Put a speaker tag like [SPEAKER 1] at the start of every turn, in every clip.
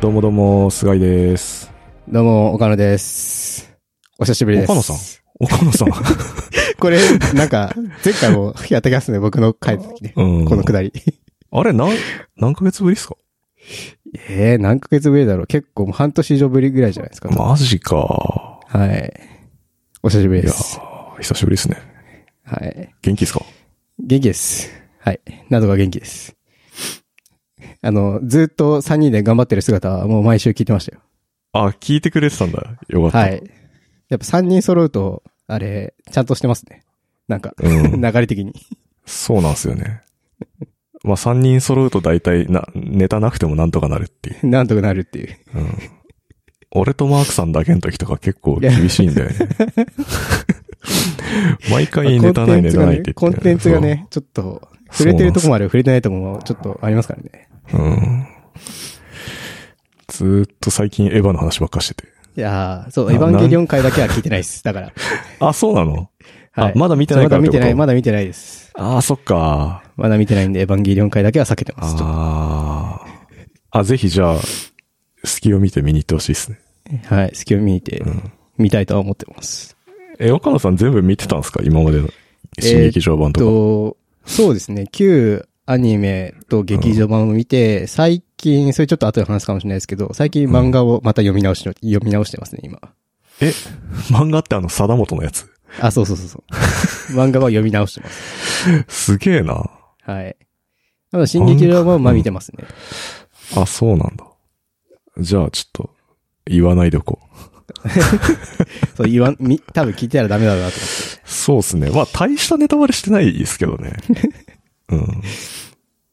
[SPEAKER 1] どうもどうも、菅井です。
[SPEAKER 2] どうも、岡野です。お久しぶりです。
[SPEAKER 1] 岡野さん岡野さん。
[SPEAKER 2] これ、なんか、前回もやってきますね、僕の帰った時ね。
[SPEAKER 1] うん。
[SPEAKER 2] このくだり。
[SPEAKER 1] あれ、何、何ヶ月ぶりですか
[SPEAKER 2] ええ何ヶ月ぶりだろう結構もう半年以上ぶりぐらいじゃないですか。
[SPEAKER 1] マジか。
[SPEAKER 2] はい。お久しぶり
[SPEAKER 1] い
[SPEAKER 2] で
[SPEAKER 1] や
[SPEAKER 2] す。
[SPEAKER 1] ー久しぶりですね。
[SPEAKER 2] はい。
[SPEAKER 1] 元気ですか
[SPEAKER 2] 元気です。はい。などが元気です。あの、ずっと3人で頑張ってる姿はもう毎週聞いてましたよ。
[SPEAKER 1] あ、聞いてくれてたんだ。よかった。
[SPEAKER 2] はい。やっぱ3人揃うと、あれ、ちゃんとしてますね。なんか、
[SPEAKER 1] うん
[SPEAKER 2] 流れ的に。
[SPEAKER 1] そうなんですよね。まあ、三人揃うと大体、な、ネタなくてもなんとかなるっていう。
[SPEAKER 2] なんとかなるっていう。
[SPEAKER 1] うん。俺とマークさんだけの時とか結構厳しいんだよ ね。毎回ネタないネタないって言って、
[SPEAKER 2] コンテンツがね、ちょっと、触れてるとこまで触れてないとこもちょっとありますからね。
[SPEAKER 1] うん。ずーっと最近エヴァの話ばっかしてて。
[SPEAKER 2] いやーそう、
[SPEAKER 1] あ
[SPEAKER 2] エヴァンゲリオン回だけは聞いてないです。だから。
[SPEAKER 1] あ、そうなの
[SPEAKER 2] は
[SPEAKER 1] あ
[SPEAKER 2] い。
[SPEAKER 1] まだ見てない
[SPEAKER 2] ま
[SPEAKER 1] からって
[SPEAKER 2] だ見
[SPEAKER 1] こと
[SPEAKER 2] てない、まだ見てないです。
[SPEAKER 1] ああ、そっか。
[SPEAKER 2] まだ見てないんで、エヴァンゲリオン回だけは避けてます。ちょっ
[SPEAKER 1] ああ。あ、ぜひじゃあ、隙を見て見に行ってほしいですね。
[SPEAKER 2] とはい、隙を見に行って、
[SPEAKER 1] うん。
[SPEAKER 2] 見たいとは思ってます。
[SPEAKER 1] え、岡野さん全部見てたんですか今までの新劇場版とか。
[SPEAKER 2] と、そうですね、旧アニメと劇場版を見て、最近、それちょっと後で話すかもしれないですけど、最近漫画をまた読み直し、読み直してますね、今。
[SPEAKER 1] え、漫画ってあの、貞本のやつ。
[SPEAKER 2] あ、そうそうそうそう。 漫画は読み直してます。
[SPEAKER 1] すげえな。
[SPEAKER 2] はい。ただ、新劇場版はまあ見てますね。
[SPEAKER 1] あ、そうなんだ。じゃあ、ちょっと、言わないでおこう。
[SPEAKER 2] そう、言わん、み、多分聞いてたらダメだなと思って。
[SPEAKER 1] そうですね。まあ、大したネタバレしてないですけど ね。うん。
[SPEAKER 2] い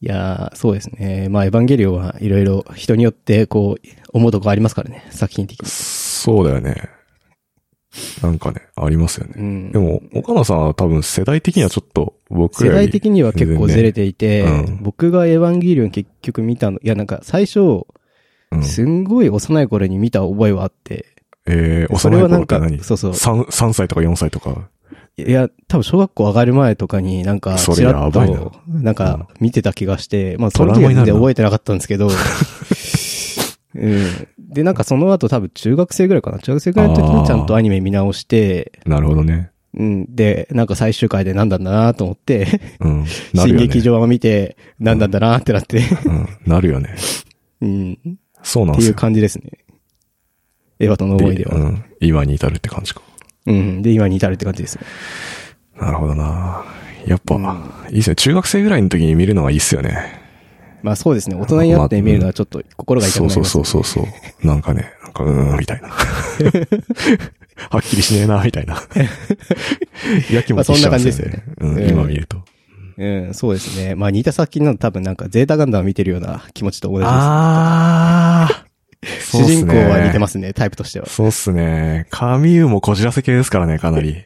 [SPEAKER 2] やー、そうですね。まあ、エヴァンゲリオンはいろいろ人によって、こう、思うとこありますからね、作品的に。
[SPEAKER 1] そうだよね。なんかね、ありますよね。
[SPEAKER 2] うん。
[SPEAKER 1] でも、岡野さんは多分世代的にはちょっと僕
[SPEAKER 2] 世
[SPEAKER 1] らより
[SPEAKER 2] 代的には結構ずれていて、
[SPEAKER 1] 全然ねうん
[SPEAKER 2] 僕がエヴァンゲリオン結局見たの、いや、なんか最初、
[SPEAKER 1] うん
[SPEAKER 2] すんごい幼い頃に見た覚えはあって、
[SPEAKER 1] えー、
[SPEAKER 2] そ
[SPEAKER 1] 幼
[SPEAKER 2] れ
[SPEAKER 1] い
[SPEAKER 2] はな
[SPEAKER 1] 頃っ
[SPEAKER 2] ん
[SPEAKER 1] て
[SPEAKER 2] か
[SPEAKER 1] 何、
[SPEAKER 2] そうそう、
[SPEAKER 1] 三三歳とか四歳とか。
[SPEAKER 2] いや、多分小学校上がる前とかになんか、
[SPEAKER 1] それ
[SPEAKER 2] ちらっ
[SPEAKER 1] やばいな
[SPEAKER 2] と、なんか見てた気がして、まあ
[SPEAKER 1] ト
[SPEAKER 2] そ
[SPEAKER 1] ラ
[SPEAKER 2] の
[SPEAKER 1] ウ
[SPEAKER 2] 時
[SPEAKER 1] マ
[SPEAKER 2] は
[SPEAKER 1] にな
[SPEAKER 2] 全
[SPEAKER 1] るな
[SPEAKER 2] 然覚えてなかったんです けど、うん。で、なんかその後多分中学生ぐらいかな。中学生ぐらいの時にちゃんとアニメ見直して、
[SPEAKER 1] なるほどね。
[SPEAKER 2] うん。で、なんか最終回で何なんだなと思って、
[SPEAKER 1] うん。なる
[SPEAKER 2] 新
[SPEAKER 1] よね。
[SPEAKER 2] 劇場版を見て、何なんだなってなって、
[SPEAKER 1] うん。なるよね。
[SPEAKER 2] うん。
[SPEAKER 1] そうなん
[SPEAKER 2] って
[SPEAKER 1] です
[SPEAKER 2] い
[SPEAKER 1] よ
[SPEAKER 2] う。感じですね。エヴァとの思い出
[SPEAKER 1] う
[SPEAKER 2] は。
[SPEAKER 1] ん。今に至るって感じか。
[SPEAKER 2] うん。で、今に至るって感じですね。
[SPEAKER 1] なるほどなやっぱ、
[SPEAKER 2] うん
[SPEAKER 1] いいですね。中学生ぐらいの時に見るのがいいっすよね。
[SPEAKER 2] まあそうですね。大人になって見るのはちょっと心が痛く
[SPEAKER 1] そ
[SPEAKER 2] な
[SPEAKER 1] う
[SPEAKER 2] り
[SPEAKER 1] そう
[SPEAKER 2] ます
[SPEAKER 1] そうそうそう。なんかね、なんか、うーん、みたいな。はっきりしねえなみたいな。やきもきしちゃうんですよね。
[SPEAKER 2] まあそんな感じですよね
[SPEAKER 1] うん、今見ると。
[SPEAKER 2] うん、そうですね。まあ、似た作品なの多分なんか、ゼータガンダム見てるような気持ちと同じです。
[SPEAKER 1] ああ、そう
[SPEAKER 2] 主
[SPEAKER 1] っすね
[SPEAKER 2] 人公は似てますね、タイプとしては。
[SPEAKER 1] そうっすね。神湯もこじらせ系ですからね、かなり。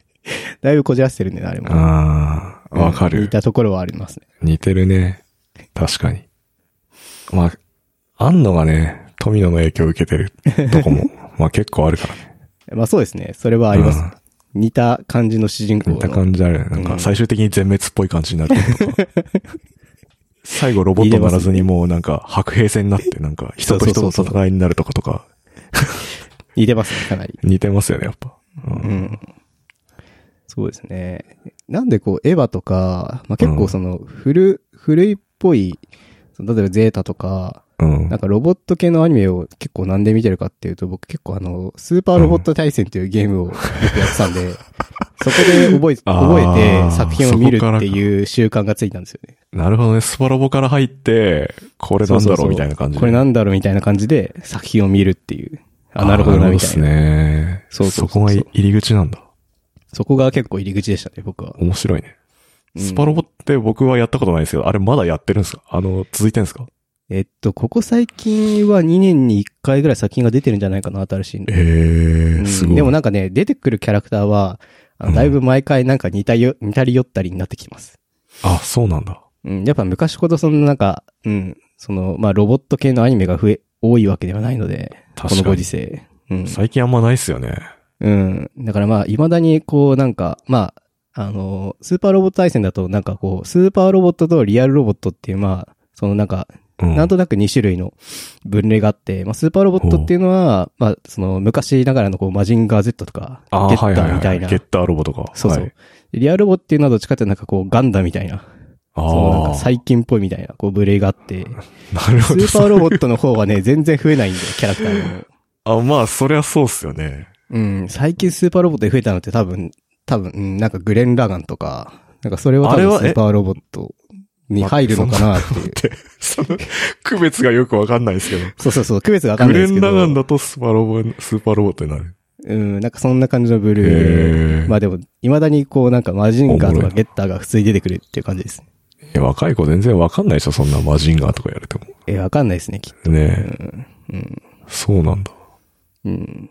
[SPEAKER 2] だいぶこじらせてるんでね、あれも。
[SPEAKER 1] ああ、わか
[SPEAKER 2] うん
[SPEAKER 1] る
[SPEAKER 2] 似。たところはありますね。
[SPEAKER 1] 似てるね。確かに。まあ、あんのがね、富野の影響を受けてると こも、まあ結構あるからね。
[SPEAKER 2] まあ、そうですね。それはあります
[SPEAKER 1] うん。
[SPEAKER 2] 似た感じの主人公
[SPEAKER 1] 似た感じあるね。なん
[SPEAKER 2] う
[SPEAKER 1] か
[SPEAKER 2] ん
[SPEAKER 1] 最終的に全滅っぽい感じになるとか。 最後ロボットにならずにもうなんか白兵戦になって、なんか人と人の戦いになるとことか、
[SPEAKER 2] 似てますね、かなり。
[SPEAKER 1] 似てますよね、やっぱ。うん
[SPEAKER 2] うん。そうですね。なんでこう、エヴァとか、まあ、結構その、古、古いっぽい、その例えばゼータとか、
[SPEAKER 1] うん
[SPEAKER 2] なん。かロボット系のアニメを結構なんで見てるかっていうと、僕結構あの、スーパーロボット対戦っていうゲームをよくやってたんで、そこで覚え、
[SPEAKER 1] あー
[SPEAKER 2] 覚えて作品を見るっていう習慣がついたんですよね。
[SPEAKER 1] なるほどね。スパロボから入って、これなんだ
[SPEAKER 2] そ
[SPEAKER 1] ろ
[SPEAKER 2] そうそ
[SPEAKER 1] みたいな感じで。
[SPEAKER 2] これなんだろうみたいな感じで作品を見るっていう。あ、なるほどな、みたいな。
[SPEAKER 1] あーるほどっすね。
[SPEAKER 2] そうそうそうそう
[SPEAKER 1] こが入り口なんだ。
[SPEAKER 2] そこが結構入り口でしたね、僕は。
[SPEAKER 1] 面白いね。
[SPEAKER 2] うん
[SPEAKER 1] スパロボって僕はやったことないですけど、あれまだやってるんですかあの、続いてるんですか
[SPEAKER 2] えっと、ここ最近は2年に1回ぐらい作品が出てるんじゃないかな、新しいの。
[SPEAKER 1] え
[SPEAKER 2] う
[SPEAKER 1] ー、
[SPEAKER 2] ん
[SPEAKER 1] すごい。
[SPEAKER 2] でもなんかね、出てくるキャラクターは、あのだいぶ毎回なんか似たよ、似たり寄ったりになってきてます。
[SPEAKER 1] あ、そうなんだ。
[SPEAKER 2] うん、やっぱ昔ほどそのなんか、うん、その、まあロボット系のアニメが増え、多いわけではないので、こ
[SPEAKER 1] 確
[SPEAKER 2] の
[SPEAKER 1] か
[SPEAKER 2] ご
[SPEAKER 1] に
[SPEAKER 2] 時。世。うん。
[SPEAKER 1] 最近あんまないっすよね。
[SPEAKER 2] うん。だからまあ、未だにこうなんか、まあ、あの、スーパーロボット対戦だとなんかこう、スーパーロボットとリアルロボットっていうまあ、そのなんか、
[SPEAKER 1] うん
[SPEAKER 2] なんとなく2種類の分類があって、まあ、スーパーロボットっていうのは、まあ、その昔ながらのこうマジンガー Z とか、ゲ
[SPEAKER 1] あー
[SPEAKER 2] ッタ
[SPEAKER 1] はいはい
[SPEAKER 2] ー
[SPEAKER 1] は
[SPEAKER 2] みたいな
[SPEAKER 1] ゲッ。ターロボとか。
[SPEAKER 2] そうそう。
[SPEAKER 1] はい
[SPEAKER 2] リアルロボっていうのはどっちかっていうとなんかこうガンダみたいな、そのなん
[SPEAKER 1] あ
[SPEAKER 2] か
[SPEAKER 1] あ。
[SPEAKER 2] 最近っぽいみたいなこう部類があって、
[SPEAKER 1] なる
[SPEAKER 2] ス
[SPEAKER 1] ほど。
[SPEAKER 2] ーパーロボットの方はね、全然増えないんだよ、キャラクターも。
[SPEAKER 1] あ、まあ、そりゃそうっすよね。
[SPEAKER 2] うん、最近スーパーロボットで増えたのって多分、多分、うんなんかグレン・ラガンとか、なんかそれは多
[SPEAKER 1] あれ
[SPEAKER 2] 分
[SPEAKER 1] は
[SPEAKER 2] スーパーロボットに入るのかなっていう。
[SPEAKER 1] って、その、区別がよくわかんないですけど。
[SPEAKER 2] そうそうそう、区別がわかん
[SPEAKER 1] グ
[SPEAKER 2] ないで
[SPEAKER 1] レ
[SPEAKER 2] すけ
[SPEAKER 1] ン・
[SPEAKER 2] ど。
[SPEAKER 1] ラガンだとスーパーロボ、スーパーロボットになる。
[SPEAKER 2] うん、なんかそんな感じのブルー
[SPEAKER 1] へー
[SPEAKER 2] で。まあでも、未だにこうなんかマジンガー
[SPEAKER 1] お
[SPEAKER 2] と
[SPEAKER 1] もろ
[SPEAKER 2] か
[SPEAKER 1] いな
[SPEAKER 2] ゲッターが普通に出てくるっていう感じです。
[SPEAKER 1] いや若い子全然わかんないでしょ、そんなマジンガーとかやるとも。
[SPEAKER 2] えーわかんないですね、きっと。
[SPEAKER 1] ねえ、
[SPEAKER 2] うん。
[SPEAKER 1] そうなんだ。
[SPEAKER 2] うん。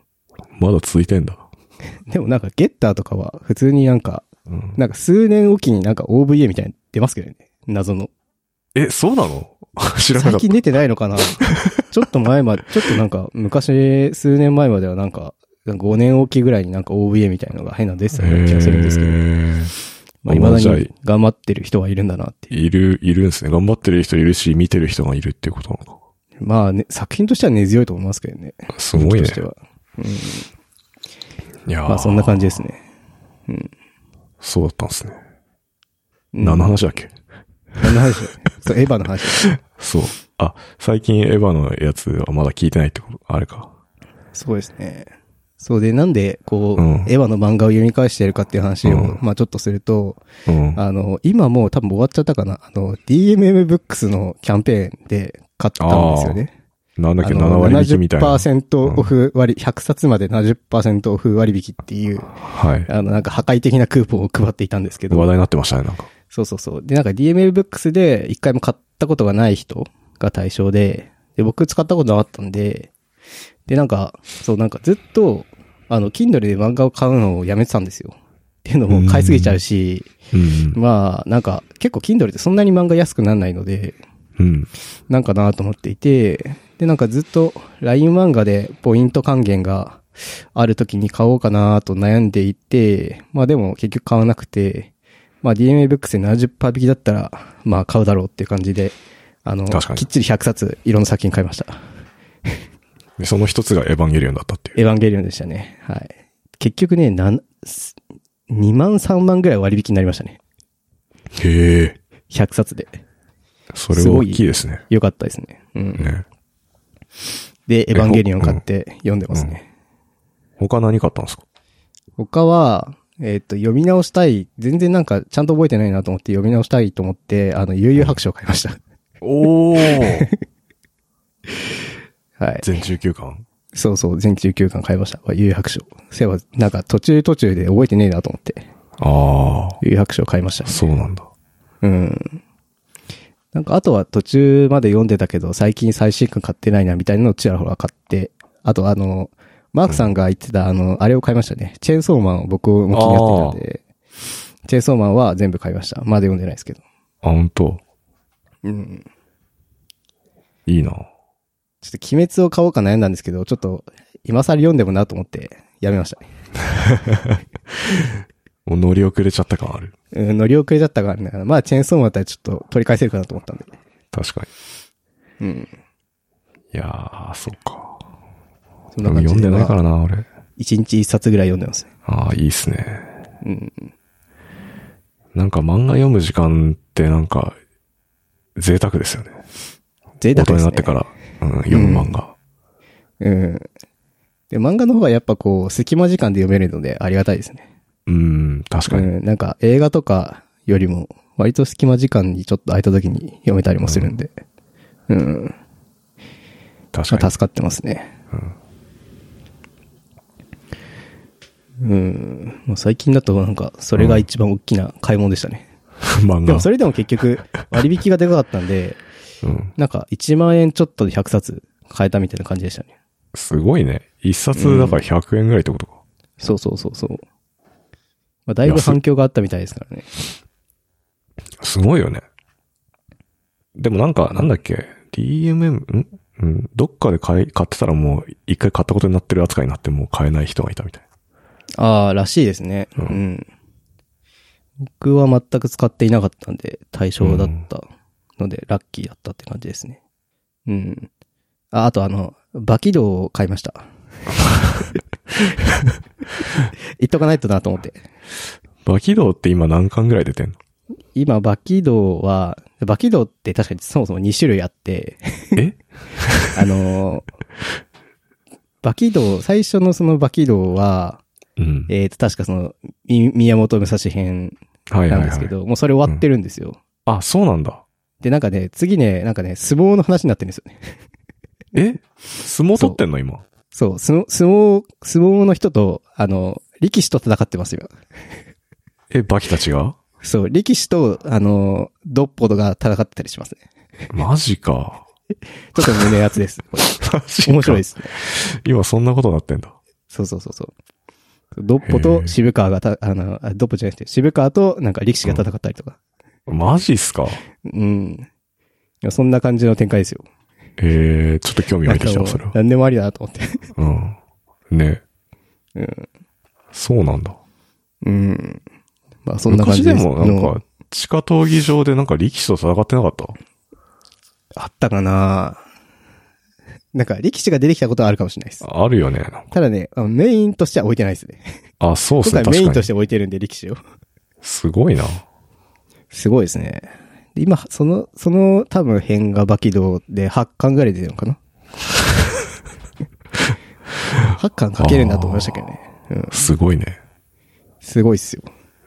[SPEAKER 1] まだ続いてんだ。
[SPEAKER 2] でもなんかゲッターとかは普通になんか、
[SPEAKER 1] うん、
[SPEAKER 2] なんか数年おきになんか OVA みたいなの出ますけどね。謎の。
[SPEAKER 1] え、そうなの 知らなかっ
[SPEAKER 2] 最
[SPEAKER 1] た
[SPEAKER 2] 近。出てないのかな ちょっと前まで、ちょっとなんか昔、数年前まではなんか、5年おきぐらいになんか OVA みたいなのが変なデッサンな気がするんですけど、
[SPEAKER 1] ど。
[SPEAKER 2] まあ、未
[SPEAKER 1] じゃ
[SPEAKER 2] だ
[SPEAKER 1] あ
[SPEAKER 2] に頑張ってる人はいるんだなっていう。
[SPEAKER 1] いる、いるんですね。頑張ってる人いるし、見てる人がいるっていうことなのか。
[SPEAKER 2] まあ、ね、作品としては根強いと思いますけどね。
[SPEAKER 1] すごい
[SPEAKER 2] と
[SPEAKER 1] ね
[SPEAKER 2] し。ては。
[SPEAKER 1] いやー
[SPEAKER 2] まあ、そんな感じですね。
[SPEAKER 1] そうだったんですね。
[SPEAKER 2] うん
[SPEAKER 1] 何の話だっけ
[SPEAKER 2] 何の話だそう、エヴァの話だね。
[SPEAKER 1] そう。あ、最近エヴァのやつはまだ聞いてないってこと、あれか。
[SPEAKER 2] そうですね。そうで、なんで、こう、
[SPEAKER 1] うん
[SPEAKER 2] エヴァの漫画を読み返してるかっていう話を、
[SPEAKER 1] うん
[SPEAKER 2] まあちょっとすると、
[SPEAKER 1] うん。
[SPEAKER 2] あの、今もう多分終わっちゃったかな。あの、DMM ブックスのキャンペーンで買ったんですよね。
[SPEAKER 1] なんだっけ、
[SPEAKER 2] あ
[SPEAKER 1] 7
[SPEAKER 2] の
[SPEAKER 1] 割引きみたいな。
[SPEAKER 2] 70%オフ割、100冊まで70%オフ割引っていう、
[SPEAKER 1] はい。
[SPEAKER 2] あの、なんか破壊的なクーポンを配っていたんですけど
[SPEAKER 1] 話、題になってましたね、なんか。
[SPEAKER 2] そうそうそう。で、なんか DML ブックスで一回も買ったことがない人が対象で、で、僕使ったことなかったんで、で、なんか、そう、なんかずっと、あの、Kindle で漫画を買うのをやめてたんですよ。っていうのも買いすぎちゃうし、
[SPEAKER 1] うん。
[SPEAKER 2] まあ、なんか、結構 Kindle ってそんなに漫画安くならないので、
[SPEAKER 1] うん。
[SPEAKER 2] なんかなと思っていて、で、なんかずっと LINE 漫画でポイント還元がある時に買おうかなと悩んでいて、まあでも結局買わなくて、まあ DMA ブックスで70%引きだったら、まあ買うだろうっていう感じで、あの、
[SPEAKER 1] 確かに
[SPEAKER 2] きっちり100冊いろんな作品買いました。
[SPEAKER 1] で、その一つがエヴァンゲリオンだったっていう。
[SPEAKER 2] エヴァンゲリオンでしたね。はい。結局ね、なん、す2万3万ぐらい割引になりましたね。
[SPEAKER 1] へえ。
[SPEAKER 2] 100冊で。
[SPEAKER 1] それは大きいですね。
[SPEAKER 2] よかったですね。うん。
[SPEAKER 1] ね。
[SPEAKER 2] で、エヴァンゲリオン買って読んでますね。
[SPEAKER 1] 他何買ったんですか
[SPEAKER 2] 他は、えっ、と、読み直したい。全然なんか、ちゃんと覚えてないなと思って読み直したいと思って、あの、悠々白書を買いました。
[SPEAKER 1] おお。
[SPEAKER 2] はい。
[SPEAKER 1] 全19巻。
[SPEAKER 2] そうそう、全19巻買いました。悠々白書。そういえば、なんか、途中途中で覚えてねえなと思って、
[SPEAKER 1] あ
[SPEAKER 2] 悠々白書を買いました
[SPEAKER 1] あ。。そうなんだ。
[SPEAKER 2] うん。なんか、あとは途中まで読んでたけど、最近最新刊買ってないな、みたいなのをちらほら買って、あと、あの、マークさんが言ってた、あの、あれを買いましたね。チェーンソーマンを僕も気になってたんで、チェーンソーマンは全部買いました。まだ読んでないですけど。
[SPEAKER 1] あ、本当
[SPEAKER 2] うん。
[SPEAKER 1] いいな。
[SPEAKER 2] ちょっと鬼滅を買おうか悩んだんですけど、ちょっと今更読んでもなと思ってやめましたね。
[SPEAKER 1] もう乗り遅れちゃった感ある。
[SPEAKER 2] うん、乗り遅れちゃったからね。まあチェーンソーマンだったらちょっと取り返せるかなと思ったんで。
[SPEAKER 1] 確か
[SPEAKER 2] うん。
[SPEAKER 1] に。いやー、そうか。
[SPEAKER 2] そ
[SPEAKER 1] で
[SPEAKER 2] んな
[SPEAKER 1] も
[SPEAKER 2] 感じで。
[SPEAKER 1] 読んでないから
[SPEAKER 2] まあ
[SPEAKER 1] な、俺。
[SPEAKER 2] 一日一冊ぐらい読んでますね。
[SPEAKER 1] ああ、いいっすね。
[SPEAKER 2] うん。
[SPEAKER 1] なんか漫画読む時間ってなんか、贅沢ですよね。
[SPEAKER 2] 贅
[SPEAKER 1] 大人
[SPEAKER 2] 沢ですね。
[SPEAKER 1] になってから、うん、読む漫画。
[SPEAKER 2] うん。で、漫画の方がやっぱこう、隙間時間で読めるのでありがたいですね。
[SPEAKER 1] うん、確か
[SPEAKER 2] う
[SPEAKER 1] に。
[SPEAKER 2] ん。なんか映画とかよりも、割と隙間時間にちょっと空いた時に読めたりもするんで。うん。
[SPEAKER 1] 確か
[SPEAKER 2] ま
[SPEAKER 1] に。
[SPEAKER 2] あ助かってますね。うん。もう最近だとなんか、それが一番大きな買い物でしたね。
[SPEAKER 1] 漫
[SPEAKER 2] で
[SPEAKER 1] 画
[SPEAKER 2] もそ。れでも結 局、割引がでかかったんで、
[SPEAKER 1] うん。
[SPEAKER 2] なんか1万円ちょっとで100冊買えたみたいな感じでしたね。
[SPEAKER 1] すごいね。一冊だから100円ぐらいってことか。
[SPEAKER 2] そうそうそうそう。まあ、だいぶ反響があったみたいですからね。
[SPEAKER 1] すごいよね。でもなんか、なんだっけ、DMM、んうん、どっかで買い、買ってたらもう、一回買ったことになってる扱いになってもう買えない人がいたみたい
[SPEAKER 2] ああ、らしいですね。うん。僕は全く使っていなかったんで、対象だったので、ラッキーだったって感じですね。うん。あ、あとあの、バキドを買いました。 言っとかないとなと思って。
[SPEAKER 1] バキドーって今何巻ぐらい出てんの
[SPEAKER 2] 今、バキドは、バキドって確かにそもそも2種類あって、
[SPEAKER 1] え
[SPEAKER 2] あの、バキド最初のそのバキドは、
[SPEAKER 1] うん。
[SPEAKER 2] えっ、と、確かその、み宮本武蔵編
[SPEAKER 1] はいは
[SPEAKER 2] ないん
[SPEAKER 1] はい。
[SPEAKER 2] ですけど、もうそれ終わってるんですよ。
[SPEAKER 1] あ、そうなんだ。
[SPEAKER 2] で、なんかね、次ね、なんかね、相撲の話になってるんですよね。
[SPEAKER 1] え相撲取ってんの今。
[SPEAKER 2] そう、相撲、相撲、相撲の人と、あの、力士と戦ってますよ。
[SPEAKER 1] え、バキたち が
[SPEAKER 2] そう、力士と、あの、ドッポドが戦ってたりしますね。
[SPEAKER 1] マジか。
[SPEAKER 2] ちょっと胸熱です。これ
[SPEAKER 1] マジか
[SPEAKER 2] 面白いですね。
[SPEAKER 1] 今そんなことになってんだ。
[SPEAKER 2] そうそうそうそう。ドッポと渋川がた、あの、あドッポじゃなくて、渋川となんか力士が戦ったりとか。
[SPEAKER 1] マジっすか。
[SPEAKER 2] うん。いやそんな感じの展開ですよ。
[SPEAKER 1] えー、ちょっと興味湧いてき
[SPEAKER 2] な
[SPEAKER 1] た
[SPEAKER 2] ん
[SPEAKER 1] わ、
[SPEAKER 2] かも
[SPEAKER 1] それは。
[SPEAKER 2] う何でもありだなと思って。
[SPEAKER 1] うん。ね。
[SPEAKER 2] うん。
[SPEAKER 1] そうなんだ。
[SPEAKER 2] うん。まあそんな感じ
[SPEAKER 1] 昔ですもなん
[SPEAKER 2] の
[SPEAKER 1] か、地下闘技場でなんか力士と戦ってなかった
[SPEAKER 2] あったかななんか、力士が出てきたことはあるかもしれないです。
[SPEAKER 1] あるよね。なんか
[SPEAKER 2] ただね、あのメインとしては置いてないですね。
[SPEAKER 1] あ、そうっ
[SPEAKER 2] 今
[SPEAKER 1] すね。
[SPEAKER 2] 回メイン
[SPEAKER 1] 確か
[SPEAKER 2] と
[SPEAKER 1] に
[SPEAKER 2] し。て置いてるんで、力士を。
[SPEAKER 1] すごいな。
[SPEAKER 2] すごいですね。で今、その、その多分変がバキドで8巻ぐらい出てるのかな ?8 巻書けるんだと思いましたけどね。うん。
[SPEAKER 1] すごいね。
[SPEAKER 2] すごいっすよ。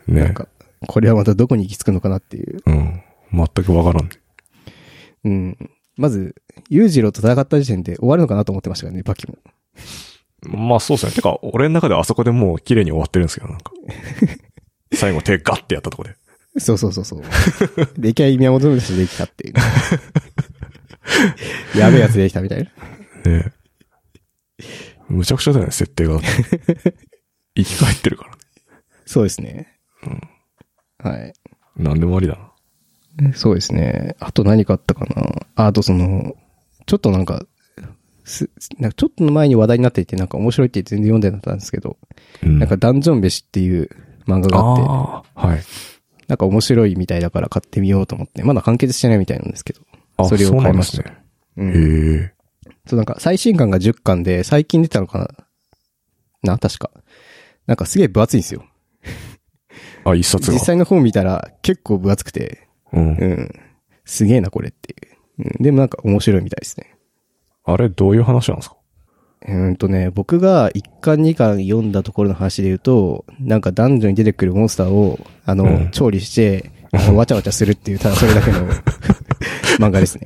[SPEAKER 2] なん
[SPEAKER 1] ね。
[SPEAKER 2] か、これはまたどこに行き着くのかなっていう。
[SPEAKER 1] うん。全くわからんね。
[SPEAKER 2] うん。まず、裕次郎と戦った時点で終わるのかなと思ってましたからね、バキも。
[SPEAKER 1] まあそうっすね。てか、俺の中ではあそこでもう綺麗に終わってるんですけど、 なんか。最後手ガッてやったとこで。
[SPEAKER 2] そうそうそうそう。できゃ宮本武蔵できたっていうね。やべえやつできたみたいな。
[SPEAKER 1] ねむちゃくちゃだよね、設定 が。生き返ってるからね。
[SPEAKER 2] そうですね。はい。
[SPEAKER 1] なんでもありだな。
[SPEAKER 2] そうですね。あと何かあったかな。ああとその、ちょっとなんか、すなんかちょっと前に話題になっていて、なんか面白いって全然読んでなかったんですけど、
[SPEAKER 1] うん
[SPEAKER 2] なんかダンジョン飯っていう漫画があって、
[SPEAKER 1] ああ、はい。
[SPEAKER 2] なんか面白いみたいだから買ってみようと思って、まだ完結してないみたいなんですけど、
[SPEAKER 1] あ
[SPEAKER 2] それを買いまし
[SPEAKER 1] そう
[SPEAKER 2] た
[SPEAKER 1] なん。
[SPEAKER 2] う
[SPEAKER 1] で
[SPEAKER 2] ん
[SPEAKER 1] すね。へえ。
[SPEAKER 2] そう、なんか最新刊が10巻で、最近出たのかなな、確か。なんかすげえ分厚いんですよ。
[SPEAKER 1] あ、一冊が。
[SPEAKER 2] 実際の本見たら結構分厚くて、
[SPEAKER 1] うん。
[SPEAKER 2] うん。すげえな、これっていう。うん。でもなんか面白いみたいですね。
[SPEAKER 1] あれ、どういう話なんですか
[SPEAKER 2] うーんとね、僕が1巻2巻読んだところの話で言うと、なんか男女に出てくるモンスターを、あの、
[SPEAKER 1] うん
[SPEAKER 2] 調理して、 あのわちゃわちゃするっていう、ただそれだけの漫画ですね。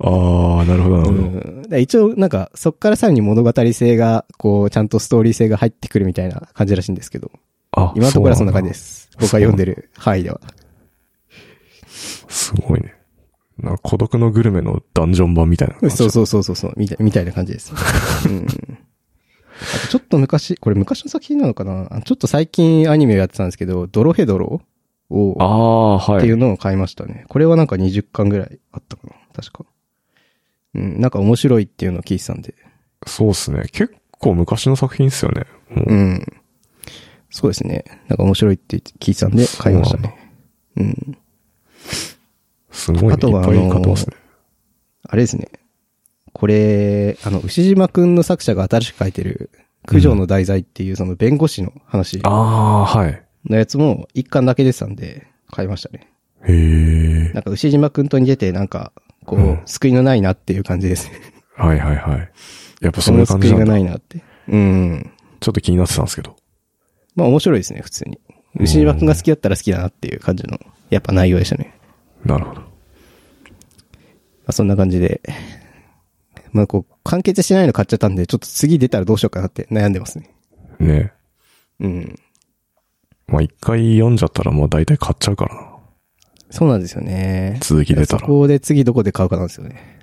[SPEAKER 1] ああ、なるほど、なるほ
[SPEAKER 2] う
[SPEAKER 1] ど。
[SPEAKER 2] ん。だから一応、なんか、そっからさらに物語性が、こう、ちゃんとストーリー性が入ってくるみたいな感じらしいんですけど、
[SPEAKER 1] あ、。
[SPEAKER 2] 今のところはそんな感じですす。僕が読んでる範囲では。
[SPEAKER 1] すごいね。なんか孤独のグルメのダンジョン版みたいな感じ。
[SPEAKER 2] そうそうそうそうそう、みたいみたいな感じです。 うん。あとちょっと昔、これ昔の作品なのかなあちょっと最近アニメをやってたんですけど、ドロヘドロを、
[SPEAKER 1] ああ、
[SPEAKER 2] っ
[SPEAKER 1] は
[SPEAKER 2] ていう
[SPEAKER 1] い。
[SPEAKER 2] のを買いましたね。これはなんか20巻ぐらいあったかな確か。うん、なんか面白いっていうのを聞いてたんで。
[SPEAKER 1] そうっすね。結構昔の作品っすよね。もう
[SPEAKER 2] うん。そうですね。なんか面白いって聞いてたんで買いましたね。うん。
[SPEAKER 1] すごいね。い
[SPEAKER 2] あとは
[SPEAKER 1] っぱい買ってますね。
[SPEAKER 2] あれですね。これ、あの、牛島くんの作者が新しく書いてる、九条の題材っていうその弁護士の話
[SPEAKER 1] ああー、はい。
[SPEAKER 2] のやつも一巻だけ出てたんで買いましたね。
[SPEAKER 1] へえ。
[SPEAKER 2] なんか牛島くんと似ててなんか、こう、
[SPEAKER 1] うん
[SPEAKER 2] 救いのないなっていう感じですね。
[SPEAKER 1] はいはいはい。やっ ぱそ
[SPEAKER 2] そう
[SPEAKER 1] い
[SPEAKER 2] の
[SPEAKER 1] う感
[SPEAKER 2] 救
[SPEAKER 1] じな
[SPEAKER 2] いが
[SPEAKER 1] んだ。
[SPEAKER 2] ないなって。うん。
[SPEAKER 1] ちょっと気になってたんですけど。
[SPEAKER 2] まあ面白いですね、普通に。牛島くんが好きだったら好きだなっていう感じの、やっぱ内容でしたね。
[SPEAKER 1] なるほど。
[SPEAKER 2] まあそんな感じで。まあこう、完結してないの買っちゃったんで、ちょっと次出たらどうしようかなって悩んでますね。
[SPEAKER 1] ね。
[SPEAKER 2] うん。
[SPEAKER 1] まあ、一回読んじゃったらもう大体買っちゃうからな。
[SPEAKER 2] そうなんですよね。
[SPEAKER 1] 続き出た
[SPEAKER 2] そ
[SPEAKER 1] ら。
[SPEAKER 2] こで次どこで買うかなんですよね。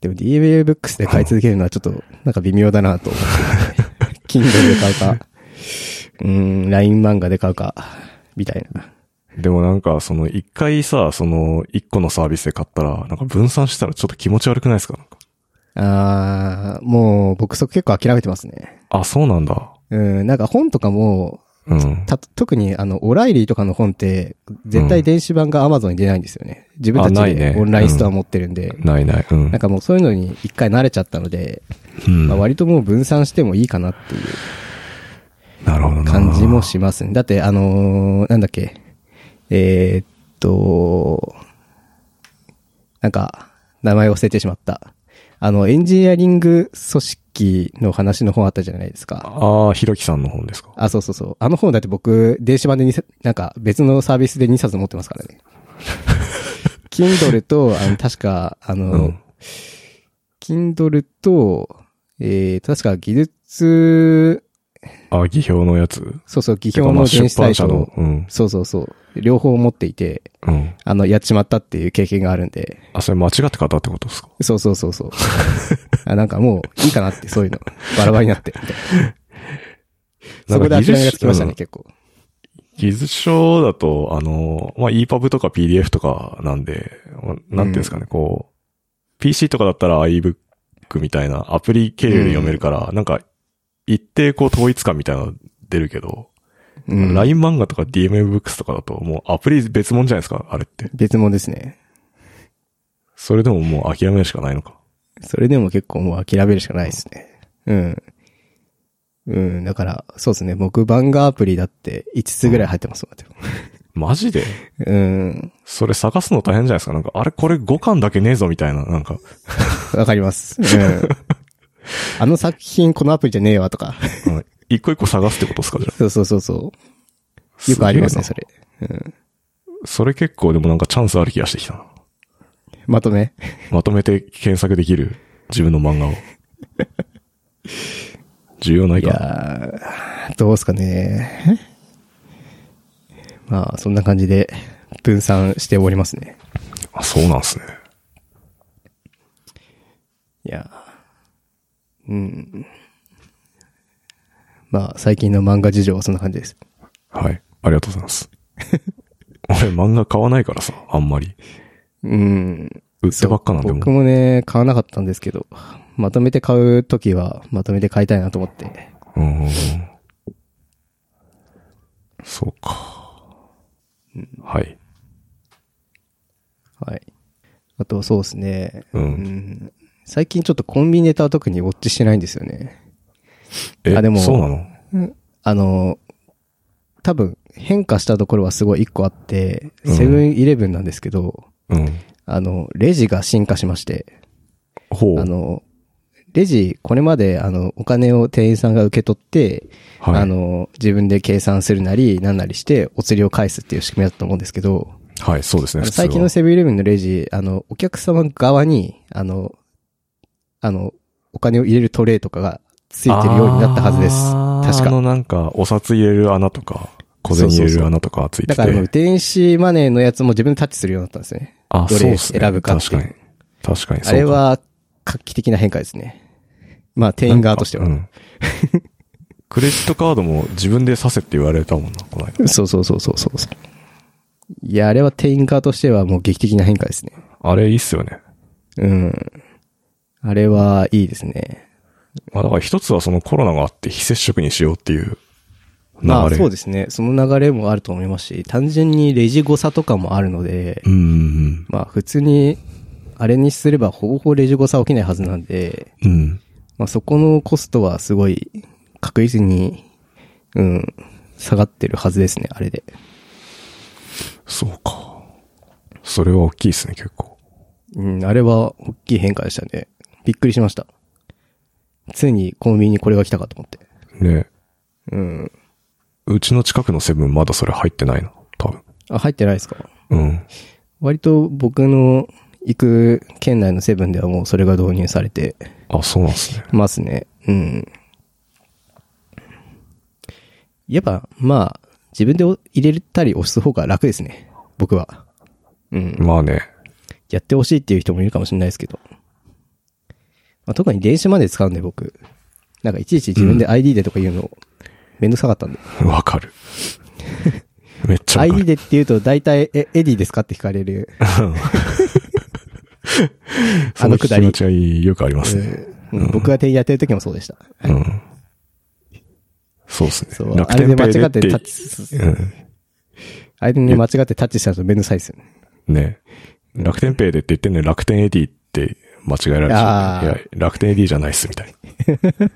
[SPEAKER 2] でも DMA ブックスで買い続けるのはちょっと、なんか微妙だなと思って、 ね。Kindle で買うか、うーん、LINE 漫画で買うか、みたいな。
[SPEAKER 1] でもなんか、その一回さ、その一個のサービスで買ったら、なんか分散したらちょっと気持ち悪くないですかなんか
[SPEAKER 2] あー、もう僕そこ結構諦めてますね。
[SPEAKER 1] あ、そうなんだ。
[SPEAKER 2] うん、なんか本とかも、
[SPEAKER 1] うん。
[SPEAKER 2] た、特にあの、オライリーとかの本って、絶対電子版が Amazon に出ないんですよね。自分たち
[SPEAKER 1] あないね
[SPEAKER 2] でオンラインストア
[SPEAKER 1] うん
[SPEAKER 2] 持ってるんで、
[SPEAKER 1] ないない。うん。
[SPEAKER 2] なんかもうそういうのに一回慣れちゃったので、
[SPEAKER 1] うん
[SPEAKER 2] まあ、割ともう分散してもいいかなっていう
[SPEAKER 1] なるほどな。
[SPEAKER 2] 感じもしますね。だって、あのーなんだっけ、えーっと、なんか、名前忘れてしまった。あの、エンジニアリング組織の話の本あったじゃないですか。
[SPEAKER 1] ああ、ひろきさんの本ですか。
[SPEAKER 2] あ、そうそうそう。あの本だって僕、電子版で2冊、なんか別のサービスで2冊持ってますから ね。Kindle と、あの、確か、あの、
[SPEAKER 1] うん。
[SPEAKER 2] Kindle と、えー、確か技術、
[SPEAKER 1] あ、技評のやつ。
[SPEAKER 2] そうそう、技
[SPEAKER 1] てか
[SPEAKER 2] 評
[SPEAKER 1] ま
[SPEAKER 2] の
[SPEAKER 1] あ
[SPEAKER 2] 電子
[SPEAKER 1] 出
[SPEAKER 2] 対
[SPEAKER 1] 版社
[SPEAKER 2] 象
[SPEAKER 1] の。うん。
[SPEAKER 2] そうそうそう。両方持っていて、
[SPEAKER 1] うん。
[SPEAKER 2] あの、やっちまったっていう経験があるんで、
[SPEAKER 1] あ、それ間違って買ったってことですか
[SPEAKER 2] そうそうそう そう。あなんかもういいかなって、そういうの。バラバラになって。みたいなそこで諦めがつきましたね、。結構。
[SPEAKER 1] 技術書だと、あの、まあ、EPUB とか PDF とかなんで、まあなんていうんですかね、こう、PC とかだったら iBook みたいなアプリ経由で読めるから、なんか、一定こう統一感みたいなの出るけど、
[SPEAKER 2] うん。
[SPEAKER 1] LINE 漫画とか DMM Books とかだと、もうアプリ別物じゃないですか、あれって。
[SPEAKER 2] 別物ですね。
[SPEAKER 1] それでももう諦めるしかないのか。
[SPEAKER 2] それでも結構もう諦めるしかないですね。うん。うん、だから、そうですね。僕、バンガアプリだって5つぐらい入ってますもん、
[SPEAKER 1] マジで
[SPEAKER 2] うん。
[SPEAKER 1] それ探すの大変じゃないですか。なんか、あれこれ5巻だけねえぞみたいな、なんか。
[SPEAKER 2] わかります。 うん。あの作品、このアプリじゃねえわ、とか。
[SPEAKER 1] うん一個一個探すってことですか、じゃ
[SPEAKER 2] そうそうそうそう。
[SPEAKER 1] あ。
[SPEAKER 2] よくありますね、
[SPEAKER 1] げ
[SPEAKER 2] そ
[SPEAKER 1] え
[SPEAKER 2] れ。
[SPEAKER 1] なそれ結構でもなんかチャンスある気がしてきたな。
[SPEAKER 2] まとめ。
[SPEAKER 1] まとめて検索できる自分の漫画 を。重要ない
[SPEAKER 2] い
[SPEAKER 1] かな。
[SPEAKER 2] やーどうすかね。まあ、そんな感じで分散しておりますね。
[SPEAKER 1] あ、そうなんですね。
[SPEAKER 2] いやーうん。まあ、最近の漫画事情はそんな感じです。
[SPEAKER 1] はい。ありがとうございます。 俺漫画買わないからさ、あんまり。
[SPEAKER 2] うん。
[SPEAKER 1] 売ってばっかなんで
[SPEAKER 2] そう
[SPEAKER 1] も
[SPEAKER 2] 僕もね、買わなかったんですけど、まとめて買うときは、まとめて買いたいなと思って。
[SPEAKER 1] う。うん。そうか。はい。
[SPEAKER 2] はい。あと、そうですね。
[SPEAKER 1] うん
[SPEAKER 2] ん最近ちょっとコンビニネタは特にウォッチしてないんですよね。
[SPEAKER 1] え、
[SPEAKER 2] あでも
[SPEAKER 1] そうなの
[SPEAKER 2] あの、多分変化したところはすごい一個あって、
[SPEAKER 1] うん
[SPEAKER 2] セブンイレブンなんですけど、
[SPEAKER 1] うん。
[SPEAKER 2] あの、レジが進化しまして、
[SPEAKER 1] ほう。
[SPEAKER 2] あの、レジ、これまで、あの、お金を店員さんが受け取って、
[SPEAKER 1] はい
[SPEAKER 2] あの、自分で計算するなり、なんなりして、お釣りを返すっていう仕組みだったと思うんですけど、
[SPEAKER 1] はい、そうですね。
[SPEAKER 2] あの
[SPEAKER 1] 普通は
[SPEAKER 2] 最近のセブンイレブンのレジ、あの、お客様側に、あの、あの、お金を入れるトレイとかがついてるようになったはずです。
[SPEAKER 1] あー
[SPEAKER 2] 確か
[SPEAKER 1] あのなんか、お札入れる穴とか、小銭入れる穴とかついてて。
[SPEAKER 2] だからもう電子マネーのやつも自分でタッチするようになったんですね。
[SPEAKER 1] あ、
[SPEAKER 2] ど
[SPEAKER 1] そう
[SPEAKER 2] れ
[SPEAKER 1] ですね。
[SPEAKER 2] 選ぶかって
[SPEAKER 1] 確かに。確かに。
[SPEAKER 2] あれ
[SPEAKER 1] そうか、
[SPEAKER 2] は画期的な変化ですね。まあ店員側としては。
[SPEAKER 1] なんか うんクレジットカードも自分でさせって言われたもんな、この間。
[SPEAKER 2] そうそうそうそうそうそう。いや、あれは店員側としてはもう劇的な変化ですね。
[SPEAKER 1] あれいいっすよね。
[SPEAKER 2] うん。あれはいいですね。
[SPEAKER 1] まあだから一つはそのコロナがあって非接触にしようっていう流れ。
[SPEAKER 2] まあそうですね。その流れもあると思いますし、単純にレジ誤差とかもあるので、
[SPEAKER 1] うんうん
[SPEAKER 2] まあ普通に、あれにすればほぼほぼレジ誤差起きないはずなんで、
[SPEAKER 1] うん。うん。
[SPEAKER 2] まあ、そこのコストはすごい確実に、うん、下がってるはずですね、あれで。
[SPEAKER 1] そうか。それは大きいですね、結構。
[SPEAKER 2] うん、あれは大きい変化でしたね。びっくりしました。ついにコンビニにこれが来たかと思って。
[SPEAKER 1] ね。
[SPEAKER 2] うん。
[SPEAKER 1] うちの近くのセブンまだそれ入ってないな、多分。
[SPEAKER 2] あ、入ってないですか
[SPEAKER 1] うん。
[SPEAKER 2] 割と僕の行く県内のセブンではもうそれが導入されて
[SPEAKER 1] あ、そうなんですね。
[SPEAKER 2] ますね。うん。やっぱ、まあ、自分で入れたり押す方が楽ですね。僕は。うん。
[SPEAKER 1] まあね。
[SPEAKER 2] やってほしいっていう人もいるかもしれないですけど。まあ、特に電子マネー使うんで僕。なんかいちいち自分で ID でとか言うの、めんどくさかったんで。
[SPEAKER 1] わか る。めっちゃわか
[SPEAKER 2] ID
[SPEAKER 1] る。
[SPEAKER 2] でって言うと大体、え、エディですかって聞かれ る。あのくだり
[SPEAKER 1] そ気持ちはいよくありますね。
[SPEAKER 2] うん僕が店員やってる時もそうでした。
[SPEAKER 1] うん。そうです
[SPEAKER 2] そ
[SPEAKER 1] ね。
[SPEAKER 2] う。あれで間違ってタ
[SPEAKER 1] 楽
[SPEAKER 2] ッチ
[SPEAKER 1] 天ペイで
[SPEAKER 2] す、
[SPEAKER 1] って
[SPEAKER 2] あれでね、間違ってタッチしたとめんどくさいですよね。
[SPEAKER 1] うん。ね。楽天ペイでって言ってんのに楽天 AD って間違えられちゃう。い
[SPEAKER 2] あ
[SPEAKER 1] や
[SPEAKER 2] ー、
[SPEAKER 1] 楽天 AD じゃないっす、みたい な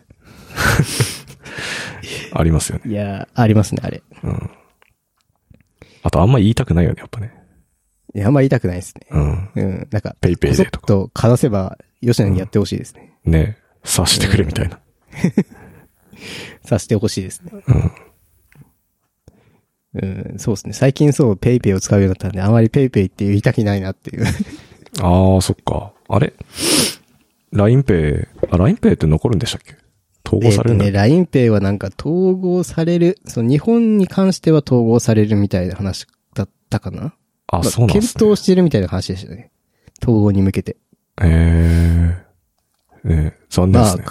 [SPEAKER 1] ありますよね。
[SPEAKER 2] いやー、ありますね、あれ。
[SPEAKER 1] うん。あと、あんま言いたくないよね、やっぱね。
[SPEAKER 2] いや、あんま言いたくないですね。
[SPEAKER 1] うん。
[SPEAKER 2] うん。なんか、
[SPEAKER 1] ペイペイ
[SPEAKER 2] ちょ
[SPEAKER 1] で
[SPEAKER 2] っ
[SPEAKER 1] とか。
[SPEAKER 2] とかざせば、吉野にやってほしいですね。
[SPEAKER 1] ね。察してくれ、みたいな。
[SPEAKER 2] させてほしいですね。
[SPEAKER 1] うん。
[SPEAKER 2] うん、そうですね。最近そう、ペイペイを使うようになったんで、あまりペイペイって言いたくない なっていう。
[SPEAKER 1] ああ、そっか。あれ ?LINEPay、あ、LINEPay って残るんでしたっけ統合されるんだ。
[SPEAKER 2] えっとね、ラインペイはなんか統合される、その日本に関しては統合されるみたいな話だったかな
[SPEAKER 1] あ、
[SPEAKER 2] まあ
[SPEAKER 1] そうなんです
[SPEAKER 2] 検
[SPEAKER 1] ね。
[SPEAKER 2] 討してるみたいな話でしたね。統合に向けて。
[SPEAKER 1] ええね残念ですね。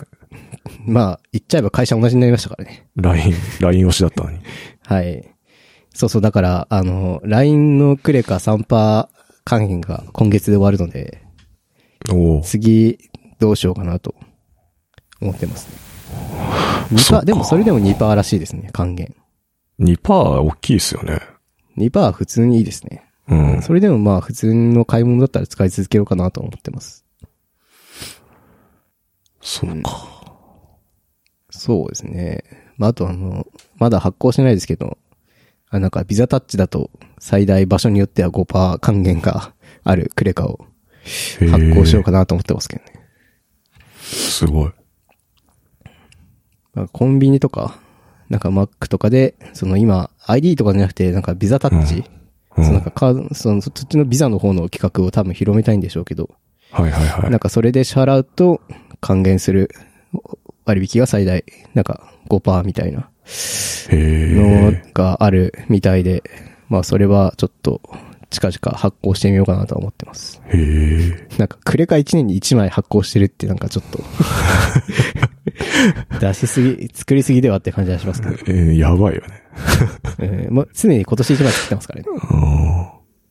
[SPEAKER 2] まあ、言っちゃえば会社同じになりましたからね。
[SPEAKER 1] LINE、LINE 推しだったのに。
[SPEAKER 2] はい。そうそう、だから、あの、LINE のクレカ3%還元が今月で終わるので、
[SPEAKER 1] おお。
[SPEAKER 2] 次、どうしようかなと、思ってますね。
[SPEAKER 1] そっ
[SPEAKER 2] 2%、
[SPEAKER 1] か
[SPEAKER 2] でもそれでも2%らしいですね、還元。
[SPEAKER 1] 2%大きいですよね。
[SPEAKER 2] 2%は普通にいいですね。
[SPEAKER 1] うん。
[SPEAKER 2] それでもまあ普通の買い物だったら使い続けようかなと思ってます。
[SPEAKER 1] そうか。
[SPEAKER 2] そうですね。まああとあの、まだ発行してないですけど、あなんかビザタッチだと最大場所によっては5%還元があるクレカを
[SPEAKER 1] へー
[SPEAKER 2] 発行しようかなと思ってますけどね。
[SPEAKER 1] すごい。
[SPEAKER 2] まあコンビニとか、なんか Mac とかで、その今 ID とかじゃなくてなんかビザタッチ、
[SPEAKER 1] うん
[SPEAKER 2] その
[SPEAKER 1] は
[SPEAKER 2] なん
[SPEAKER 1] い
[SPEAKER 2] かカードそのそっちのビザの方の企画を多分広めたいんでしょうけど、
[SPEAKER 1] はいはい。
[SPEAKER 2] なんかそれで支払うと還元する割引が最大、なんか5%みたいな
[SPEAKER 1] へ
[SPEAKER 2] の
[SPEAKER 1] え。
[SPEAKER 2] があるみたいで、まあそれはちょっと近々発行してみようかなとは思ってます。
[SPEAKER 1] へえ。
[SPEAKER 2] なんかクレカ1年に1枚発行してるってなんかちょっと、 出しすぎ、作りすぎではって感じがしますけど、
[SPEAKER 1] えーやばいよね。
[SPEAKER 2] えー もう常に今年1枚作ってますからね。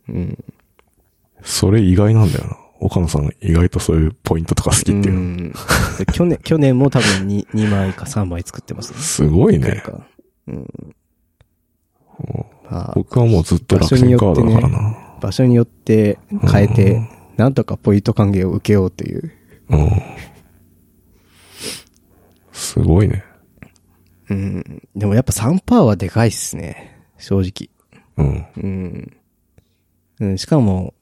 [SPEAKER 1] うん。
[SPEAKER 2] うん。
[SPEAKER 1] それ意外なんだよな。岡野さん意外とそういうポイントとか好きっていうう。
[SPEAKER 2] んで去年、去年も多分 2, 2枚か3枚作ってますね。
[SPEAKER 1] すごい
[SPEAKER 2] クレ
[SPEAKER 1] ね。
[SPEAKER 2] カ。うん。まあ
[SPEAKER 1] 僕はもうずっと楽天カードだからな。
[SPEAKER 2] 場所によって変え
[SPEAKER 1] う
[SPEAKER 2] て
[SPEAKER 1] ん、
[SPEAKER 2] なんとかポイント還元を受けようという。
[SPEAKER 1] うん。すごいね。
[SPEAKER 2] うん。でもやっぱ3%はでかいっすね。正直。
[SPEAKER 1] うん。
[SPEAKER 2] うん。うん、しかも、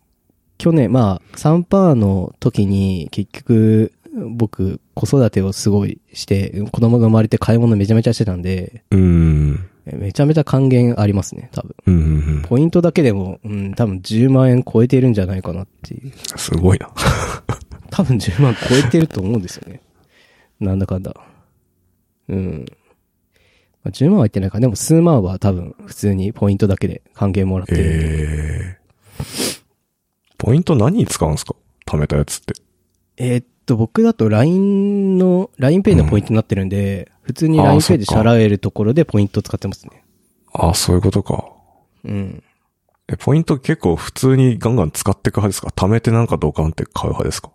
[SPEAKER 2] 去年、まあ、3%の時に結局、僕、子育てをすごいして、子供が生まれて買い物めちゃめちゃしてたんで、
[SPEAKER 1] うん。
[SPEAKER 2] めちゃめちゃ還元ありますね、多分。
[SPEAKER 1] うんうんうん。
[SPEAKER 2] ポイントだけでも、うん、多分10万円超えてるんじゃないかなっていう。
[SPEAKER 1] すごいな。
[SPEAKER 2] 多分10万超えてると思うんですよね。 なんだかんだ。うん。まあ、10万はいってないから、でも数万は多分普通にポイントだけで還元もらってる。
[SPEAKER 1] ええ。ポイント何に使うんですか貯めたやつって。
[SPEAKER 2] えーっと、僕だと LINE の、LINEPay のポイントになってるんで、普通に
[SPEAKER 1] あー
[SPEAKER 2] LINEPay で支
[SPEAKER 1] そっか
[SPEAKER 2] 払えるところでポイント使ってますね。
[SPEAKER 1] あ、そういうことか。
[SPEAKER 2] うん。
[SPEAKER 1] え、ポイント結構普通にガンガン使っていく派ですか貯めてなんかドカンって買う派ですか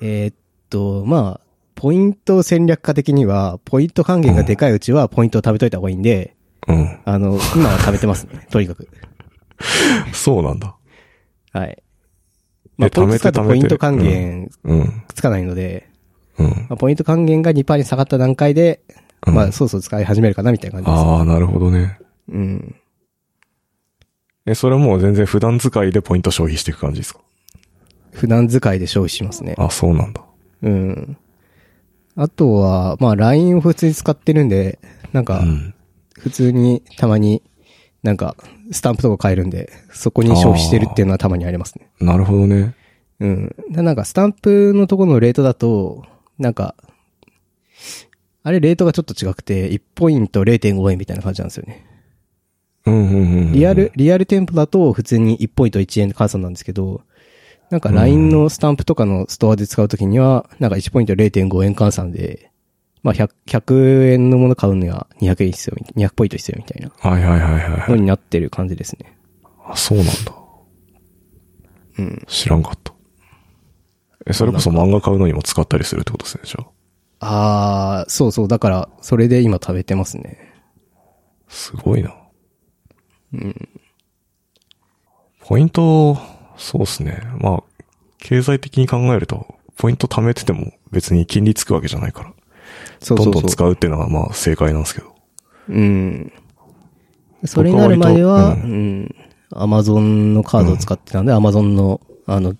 [SPEAKER 2] えーっと、まあ、ポイント戦略家的には、ポイント還元がでかいうちはポイントを貯めといた方がいいんで、
[SPEAKER 1] うん。
[SPEAKER 2] あの、今は貯めてます ね。とにかく。
[SPEAKER 1] そうなんだ。
[SPEAKER 2] はい。まあ、
[SPEAKER 1] え
[SPEAKER 2] ポイント使う
[SPEAKER 1] 貯
[SPEAKER 2] と
[SPEAKER 1] めて
[SPEAKER 2] ポイント還元
[SPEAKER 1] うん。
[SPEAKER 2] つかないので、
[SPEAKER 1] うん。
[SPEAKER 2] まあ、ポイント還元が2%に下がった段階で、
[SPEAKER 1] うん
[SPEAKER 2] まあ、そろそろ使い始めるかなみたいな感じです。
[SPEAKER 1] ああ、なるほどね。
[SPEAKER 2] うん。
[SPEAKER 1] え、それはもう全然普段使いでポイント消費していく感じですか
[SPEAKER 2] 普段使いで消費しますね。
[SPEAKER 1] あ、そうなんだ。
[SPEAKER 2] うん。あとは、まあ、LINE を普通に使ってるんで、なん
[SPEAKER 1] う
[SPEAKER 2] か、
[SPEAKER 1] ん。
[SPEAKER 2] 普通にたまに、なんか、スタンプとか買えるんで、そこに消費してるっていうのはたまにありますね。
[SPEAKER 1] なるほどね。
[SPEAKER 2] うん。でなんか、スタンプのところのレートだと、なんか、あれ、レートがちょっと違くて、1ポイント0.5円みたいな感じなんですよね。
[SPEAKER 1] うんうんうんうん。
[SPEAKER 2] リアル、リアル店舗だと普通に1ポイント1円換算なんですけど、なんか LINE のスタンプとかのストアで使うときには、なんか1ポイント0.5円換算で、まあ100、100円のもの買うには200円必要、200ポイント必要みたいな
[SPEAKER 1] はいはいはいはいは
[SPEAKER 2] の
[SPEAKER 1] い。
[SPEAKER 2] になってる感じですね。
[SPEAKER 1] あ、そうなんだ。
[SPEAKER 2] うん。
[SPEAKER 1] 知らんかった。え、それこそ漫画買うのにも使ったりするってことですね、じゃあ。
[SPEAKER 2] あー、そうそう。だから、それで今食べてますね。
[SPEAKER 1] すごいな。ポイント、そうですね。まあ、経済的に考えると、ポイント貯めてても別に金利つくわけじゃないから、
[SPEAKER 2] そうそうそう。
[SPEAKER 1] どんどん使うっていうのがまあ正解なんですけど。
[SPEAKER 2] うん。それになるまで
[SPEAKER 1] 僕は
[SPEAKER 2] は、う。
[SPEAKER 1] 割とうん
[SPEAKER 2] アマゾンのカードを使ってたんで、アマゾンの、あの、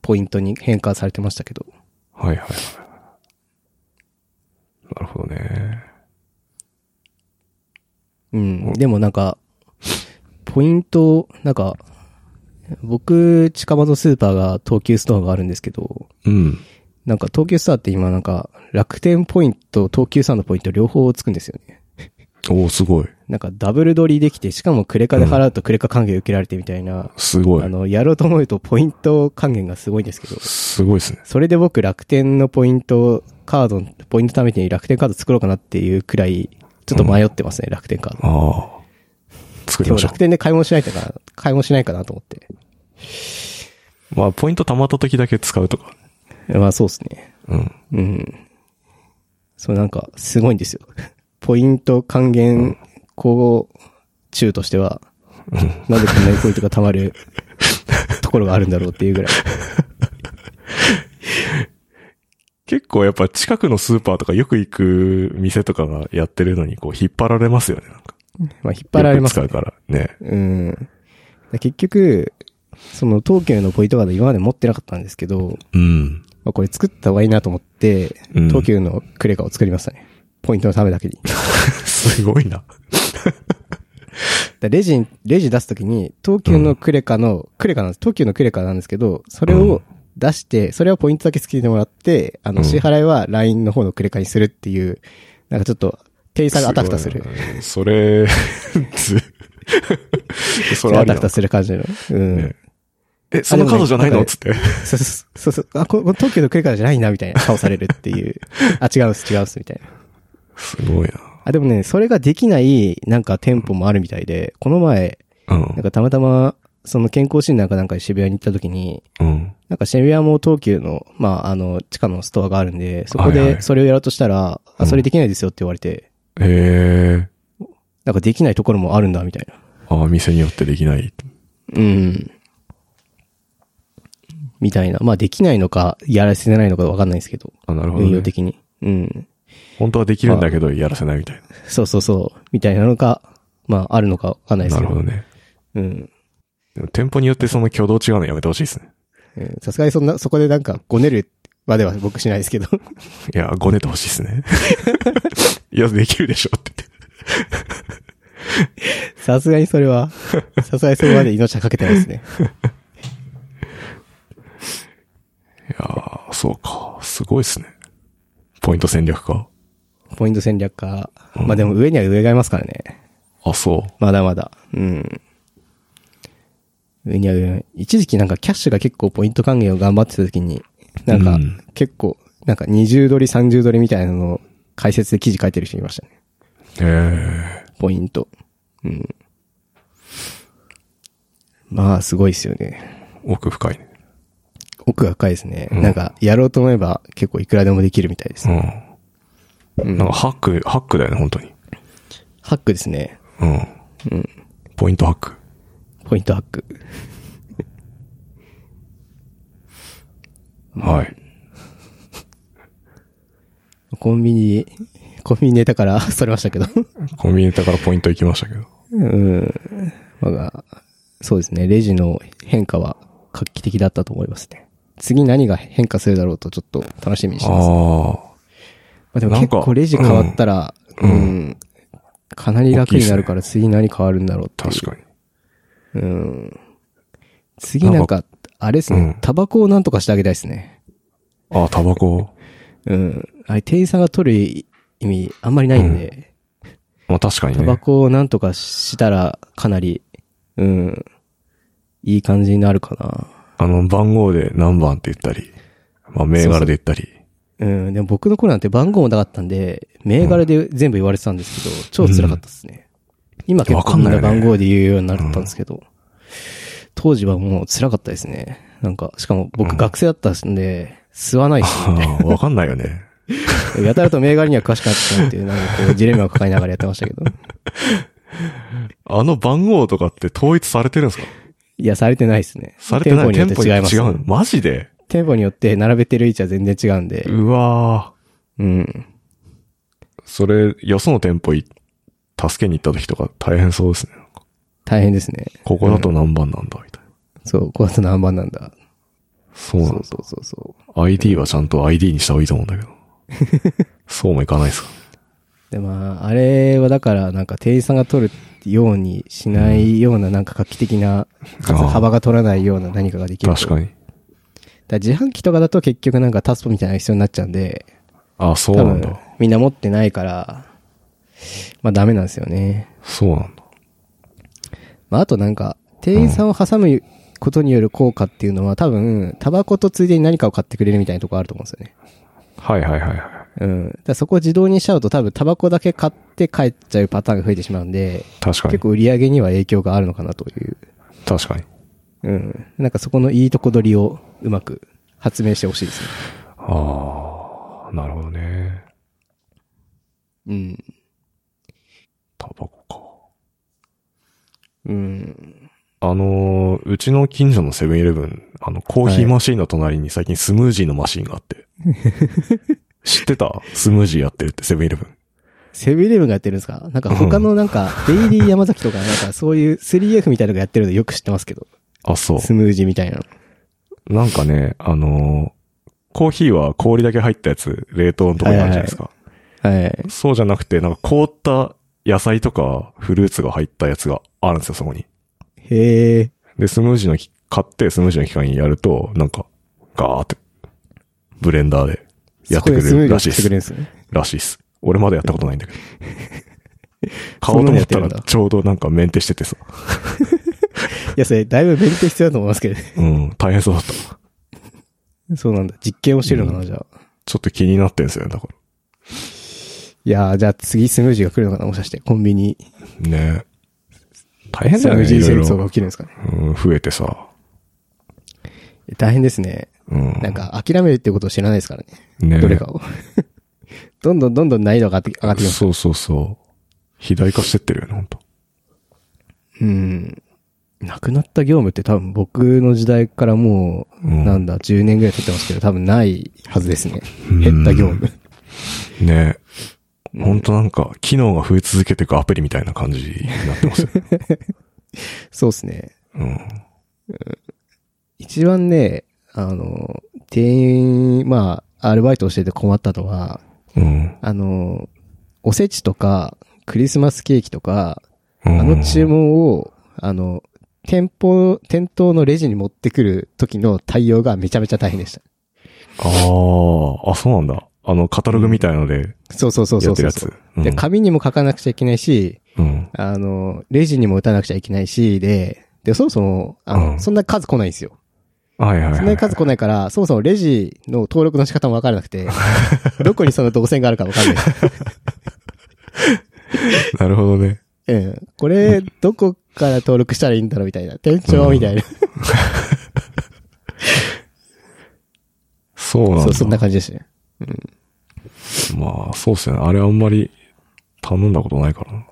[SPEAKER 2] ポイントに変換されてましたけど。
[SPEAKER 1] はいはいはい。なるほどね。
[SPEAKER 2] うん。でもなんか、ポイント、なんか、僕、近場のスーパーが東急ストアがあるんですけど、
[SPEAKER 1] うん。
[SPEAKER 2] なんか東急ストアって今なんか、楽天ポイント、東急さんのポイント両方つくんですよね。
[SPEAKER 1] おおすごい。
[SPEAKER 2] なんかダブル取りできて、しかもクレカで払うとクレカ還元受けられてみたいな、
[SPEAKER 1] すご
[SPEAKER 2] あ
[SPEAKER 1] い。
[SPEAKER 2] の、やろうと思うとポイント還元がすごいんですけど、
[SPEAKER 1] すごいですね。
[SPEAKER 2] それで僕楽天のポイント、カード、ポイント貯めてに楽天カード作ろうかなっていうくらい、ちょっと迷ってますね、楽天カード。
[SPEAKER 1] ああ。作り
[SPEAKER 2] で
[SPEAKER 1] ま
[SPEAKER 2] も
[SPEAKER 1] しょ
[SPEAKER 2] 楽天で買い物しないかな、買い物しないかなと思って。
[SPEAKER 1] う。まあ、ポイント貯まった時だけ使うとか。
[SPEAKER 2] まあそうですね。
[SPEAKER 1] うん。
[SPEAKER 2] うん。そうなんか、すごいんですよ。ポイント還元、こう、中としては、なぜこんなにポイントが貯ま るところがあるんだろうっていうぐらい。
[SPEAKER 1] 結構やっぱ近くのスーパーとかよく行く店とかがやってるのにこう引っ張られますよね。なんか
[SPEAKER 2] まあ引っ張られます
[SPEAKER 1] よく使うから。ね。
[SPEAKER 2] うん。結局、その東急のポイントカード今まで持ってなかったんですけど、
[SPEAKER 1] うん。
[SPEAKER 2] まあこれ作った方がいいなと思って、
[SPEAKER 1] うん
[SPEAKER 2] 東急のクレカを作りましたね。ポイントのためだ けに。だか
[SPEAKER 1] すごいな。
[SPEAKER 2] らレジ、レジ出すときに、東急のクレカの、クレカなんです。東急のクレカなんですけど、それ
[SPEAKER 1] う
[SPEAKER 2] を
[SPEAKER 1] ん
[SPEAKER 2] 出して、それはポイントだけつけてもらって、あ
[SPEAKER 1] う
[SPEAKER 2] の、
[SPEAKER 1] ん
[SPEAKER 2] 支払いは LINE の方のクレカにするっていう、なんかちょっと、店員さんがあたふたする。
[SPEAKER 1] ごいな。そ れ、ず、それあ
[SPEAKER 2] あ
[SPEAKER 1] り
[SPEAKER 2] た
[SPEAKER 1] なの
[SPEAKER 2] ふたする感じの。うん。
[SPEAKER 1] ねえ、そのカードじゃないのつって。
[SPEAKER 2] そうそうそうそう。あ、ここの東京のクレカじゃないな、みたいな顔されるっ ていう。あ、違うっす、違うっす、みたいな。
[SPEAKER 1] すごい
[SPEAKER 2] あ、でもね、それができない、なんか店舗もあるみたいで、この前、
[SPEAKER 1] な。うん
[SPEAKER 2] なん。かたまたま、その健康診断かなんかで渋谷に行った時に、
[SPEAKER 1] うん。
[SPEAKER 2] なんか渋谷も東急の、まあ、あの、地下のストアがあるんで、そこ
[SPEAKER 1] はいは
[SPEAKER 2] で
[SPEAKER 1] い
[SPEAKER 2] それをやろうとしたら、あ、それできないですよって言われて、
[SPEAKER 1] へえ。
[SPEAKER 2] なんかできないところもあるんだ、みたいな。
[SPEAKER 1] ああ、店によってできない。
[SPEAKER 2] うん。みたいな。まあ、できないのか、やらせてないのかわかんないですけど、
[SPEAKER 1] あ、なるほど、
[SPEAKER 2] 運用
[SPEAKER 1] ね。
[SPEAKER 2] 的に。うん。
[SPEAKER 1] 本当はできるんだけど、やらせないみたい
[SPEAKER 2] そうそうそう、みたいなのか、まあ、あるのかわかんない
[SPEAKER 1] な。
[SPEAKER 2] で
[SPEAKER 1] な
[SPEAKER 2] すけ
[SPEAKER 1] る
[SPEAKER 2] ど。
[SPEAKER 1] ほどね。
[SPEAKER 2] うん。
[SPEAKER 1] でも店舗によってその挙動違うのやめてほしいですね。
[SPEAKER 2] うんさすがにそんな、そこでなんか、ごねるまでは僕しないですけど。
[SPEAKER 1] いや、ごねてほしいです ね。いや、できるでしょって言って。
[SPEAKER 2] さすがにそ れは、さすがにそれまで命はかけてないですね。
[SPEAKER 1] いやーそうか。すごいですね。ポイント戦略か。
[SPEAKER 2] ポイント戦略か。まあでも上には上がいますからね。
[SPEAKER 1] あ、そう。
[SPEAKER 2] まだまだ。うん。上には上がい一時期なんかキャッシュが結構ポイント還元を頑張ってた時に、なんか
[SPEAKER 1] うん
[SPEAKER 2] 結構、なんか20ドリ30ドリみたいなのを解説で記事書いてる人いましたね。
[SPEAKER 1] へえ。
[SPEAKER 2] ポイント。うん。まあ、すごいですよね。
[SPEAKER 1] 奥深いね。
[SPEAKER 2] 奥が深いですね。
[SPEAKER 1] うん
[SPEAKER 2] なんか、やろうと思えば結構いくらでもできるみたいです、ね
[SPEAKER 1] うん。なんかハック、ハックだよね、本当に。
[SPEAKER 2] ハックですね。
[SPEAKER 1] うん。ポイントハック。
[SPEAKER 2] ポイントハック。
[SPEAKER 1] はい。
[SPEAKER 2] コンビニ、コンビニネタから それましたけど。
[SPEAKER 1] コンビニだからポイント行きましたけど。
[SPEAKER 2] うん。まあ、そうですね。レジの変化は画期的だったと思いますね。次何が変化するだろうとちょっと楽しみにしてます。ま
[SPEAKER 1] あ
[SPEAKER 2] あ、でも
[SPEAKER 1] なん
[SPEAKER 2] 結
[SPEAKER 1] か
[SPEAKER 2] 構レジ変わったら、うん、かなり楽になるから次何変わるんだろうって
[SPEAKER 1] あ、
[SPEAKER 2] いう。
[SPEAKER 1] 確かに。
[SPEAKER 2] うん。次なんか、あれですね、
[SPEAKER 1] うん
[SPEAKER 2] タバコをなんとかしてあげたいですね。
[SPEAKER 1] ああ、タバコ。
[SPEAKER 2] うん。あれ、店員さんが取る意味、あんまりないんで、
[SPEAKER 1] まあ確かに
[SPEAKER 2] タバ
[SPEAKER 1] ね。
[SPEAKER 2] コをなんとかしたら、かなり、うん、いい感じになるか
[SPEAKER 1] あの、番号で何番って言ったり、まあ銘柄で言ったり。
[SPEAKER 2] な。うん、でも僕の頃なんて番号もなかったんで、銘柄で全部言われてたんですけど、超辛かったですね。今結
[SPEAKER 1] わ
[SPEAKER 2] 構
[SPEAKER 1] かん
[SPEAKER 2] みん
[SPEAKER 1] ない
[SPEAKER 2] な
[SPEAKER 1] よね
[SPEAKER 2] 番号で言うようになったんですけど、当時はもう辛かったですね。なんか、しかも僕学生だったんで、吸 わないし、
[SPEAKER 1] ああ、わかんないよね。
[SPEAKER 2] やたらと銘柄には詳しくなったっていう、なんかこう、ジレンマを抱えながらやってましたけど。
[SPEAKER 1] あの番号とかって統一されてるんですか
[SPEAKER 2] いや、されてないですね。
[SPEAKER 1] されてない
[SPEAKER 2] 店
[SPEAKER 1] 店舗
[SPEAKER 2] 舗に
[SPEAKER 1] に
[SPEAKER 2] よ
[SPEAKER 1] 違
[SPEAKER 2] って違いうます。
[SPEAKER 1] のマジで
[SPEAKER 2] 店舗によって並べてる位置は全然違うんで。
[SPEAKER 1] うわ
[SPEAKER 2] うん。
[SPEAKER 1] ーそれ、よその店舗い、助けに行った時とか大変そうですね。
[SPEAKER 2] 大変ですね。
[SPEAKER 1] ここだと何番なんだ、みたいな。
[SPEAKER 2] そう、こうやって何番なんだ。
[SPEAKER 1] そうなん
[SPEAKER 2] そ
[SPEAKER 1] で
[SPEAKER 2] うそうそうそう。
[SPEAKER 1] ID はちゃんと ID にした方がいいと思うんだけど。 そうもいかないですか。
[SPEAKER 2] で、まあ、あれはだから、なんか店員さんが取るようにしないような、なんか画期的な、か
[SPEAKER 1] あ
[SPEAKER 2] つ
[SPEAKER 1] ー
[SPEAKER 2] 幅が取らないような何かができると。
[SPEAKER 1] 確かに。
[SPEAKER 2] だから自販機とかだと結局なんかタスポみたいなのが必要になっちゃうんで、
[SPEAKER 1] あ、そう
[SPEAKER 2] 多
[SPEAKER 1] なん
[SPEAKER 2] 分
[SPEAKER 1] だ。
[SPEAKER 2] みんな持ってないから、まあダメなんですよね。
[SPEAKER 1] そうなんだ。
[SPEAKER 2] まああとなんか、店員さんを挟むことによる効果っていうのは多分、タバコとついでに何かを買ってくれるみたいなとこあると思うんですよね。
[SPEAKER 1] はいはいはいはい。
[SPEAKER 2] うん。だからそこを自動にしちゃうと多分タバコだけ買って帰っちゃうパターンが増えてしまうんで、
[SPEAKER 1] 確かに
[SPEAKER 2] 結。構売り上げには影響があるのかなという。
[SPEAKER 1] 確かに。
[SPEAKER 2] うん。なんかそこのいいとこ取りをうまく発明してほしいですね。
[SPEAKER 1] ああ、なるほどね。
[SPEAKER 2] うん。
[SPEAKER 1] タバコ
[SPEAKER 2] うん。
[SPEAKER 1] か。あのー、うちの近所のセブンイレブン、あの、コーヒーマシーンの隣に最近スムージーのマシーンがあ って。知ってたスムージーやってるってセブンイレブン。
[SPEAKER 2] セブンイレブンがやってるんですかなんか他のなんか、デイリー山崎とかなんかそういう 3F みたいなのがやってるのよく知ってますけど。
[SPEAKER 1] あ、そう。
[SPEAKER 2] スムージーみたいなの。
[SPEAKER 1] なんかね、あのーコーヒーは氷だけ入ったやつ、冷凍のとこにあるじゃないですか。
[SPEAKER 2] はい。
[SPEAKER 1] そうじゃなくて、なんか凍った野菜とかフルーツが入ったやつがあるんですよ、そこに。
[SPEAKER 2] へえ。
[SPEAKER 1] で、スムージーのき、買ってスムージーの機械にやると、なんか、ガーって、ブレンダーでやってくれ
[SPEAKER 2] そこで
[SPEAKER 1] るらしい
[SPEAKER 2] スムージーを作
[SPEAKER 1] で
[SPEAKER 2] ってくれ
[SPEAKER 1] す。
[SPEAKER 2] るんですね。
[SPEAKER 1] らしいです。俺まだやったことないん だけど。買
[SPEAKER 2] そ
[SPEAKER 1] お
[SPEAKER 2] ん
[SPEAKER 1] うと
[SPEAKER 2] なの
[SPEAKER 1] 思
[SPEAKER 2] や
[SPEAKER 1] っ
[SPEAKER 2] って
[SPEAKER 1] た
[SPEAKER 2] るん
[SPEAKER 1] ら
[SPEAKER 2] だ
[SPEAKER 1] ちょうどなんかメンテしててさ。
[SPEAKER 2] いや、それだいぶ勉強必要だと思いますけどね。
[SPEAKER 1] うん、大変そうだった。
[SPEAKER 2] そうなんだ。実験をしてるのかな、じゃあ。
[SPEAKER 1] ちょっと気になってんすよね、だか
[SPEAKER 2] いやーじゃあ次スムージーが来るのかなもしかして、コンビニ。
[SPEAKER 1] ら。ね大変
[SPEAKER 2] ス
[SPEAKER 1] だよ
[SPEAKER 2] ムー
[SPEAKER 1] ね、
[SPEAKER 2] ジ
[SPEAKER 1] い
[SPEAKER 2] ー
[SPEAKER 1] ろい
[SPEAKER 2] 戦
[SPEAKER 1] ろ
[SPEAKER 2] 争が起きるんですかね。
[SPEAKER 1] うん、増えてさ。
[SPEAKER 2] 大変ですね。
[SPEAKER 1] うん。
[SPEAKER 2] なんか諦めるってことを知らないですからね。
[SPEAKER 1] ね
[SPEAKER 2] どれかを。 どんどんどんどん難易度が上がって上がってきます。
[SPEAKER 1] そうそうそう。肥大化してってるよね、ほんと。
[SPEAKER 2] うん。なくなった業務って多分僕の時代からもう、
[SPEAKER 1] うん
[SPEAKER 2] なんだ、10年ぐらい経ってますけど、多分ないはずですね。減った業務。
[SPEAKER 1] ねほんとなんか、機能が増え続けていくアプリみたいな感じになって ますよ。
[SPEAKER 2] そうですね。
[SPEAKER 1] うん。
[SPEAKER 2] 一番ね、あの、店員、まあ、アルバイトをしてて困ったのは、
[SPEAKER 1] うん。
[SPEAKER 2] あの、おせちとか、クリスマスケーキとか、
[SPEAKER 1] あ
[SPEAKER 2] あの注文を、あの、店舗、店頭のレジに持ってくる時の対応がめちゃめちゃ大変でした。
[SPEAKER 1] あーあ、そうなんだ。あの、カタログみたいので
[SPEAKER 2] そうそうそうそ
[SPEAKER 1] や
[SPEAKER 2] う
[SPEAKER 1] ってる
[SPEAKER 2] そう
[SPEAKER 1] や
[SPEAKER 2] そ
[SPEAKER 1] つ。
[SPEAKER 2] う。
[SPEAKER 1] うん
[SPEAKER 2] で、紙にも書かなくちゃいけないし、
[SPEAKER 1] うん。
[SPEAKER 2] あの、レジにも打たなくちゃいけないし、で、で、そもそも、あの、
[SPEAKER 1] うん
[SPEAKER 2] そんな数来ないんですよ。
[SPEAKER 1] はいはいはい。
[SPEAKER 2] そんなに数来ないから、そもそもレジの登録の仕方もわからな くて、どこにその動線があるかわかんない。
[SPEAKER 1] なるほどね。
[SPEAKER 2] うん。これ、どこから登録したらいいんだろうみたいな。店長みたいな。
[SPEAKER 1] そうなんだ。
[SPEAKER 2] そう、そんな感じでしたね。
[SPEAKER 1] まあ、そうっすよね。あれあんまり頼んだことないからな。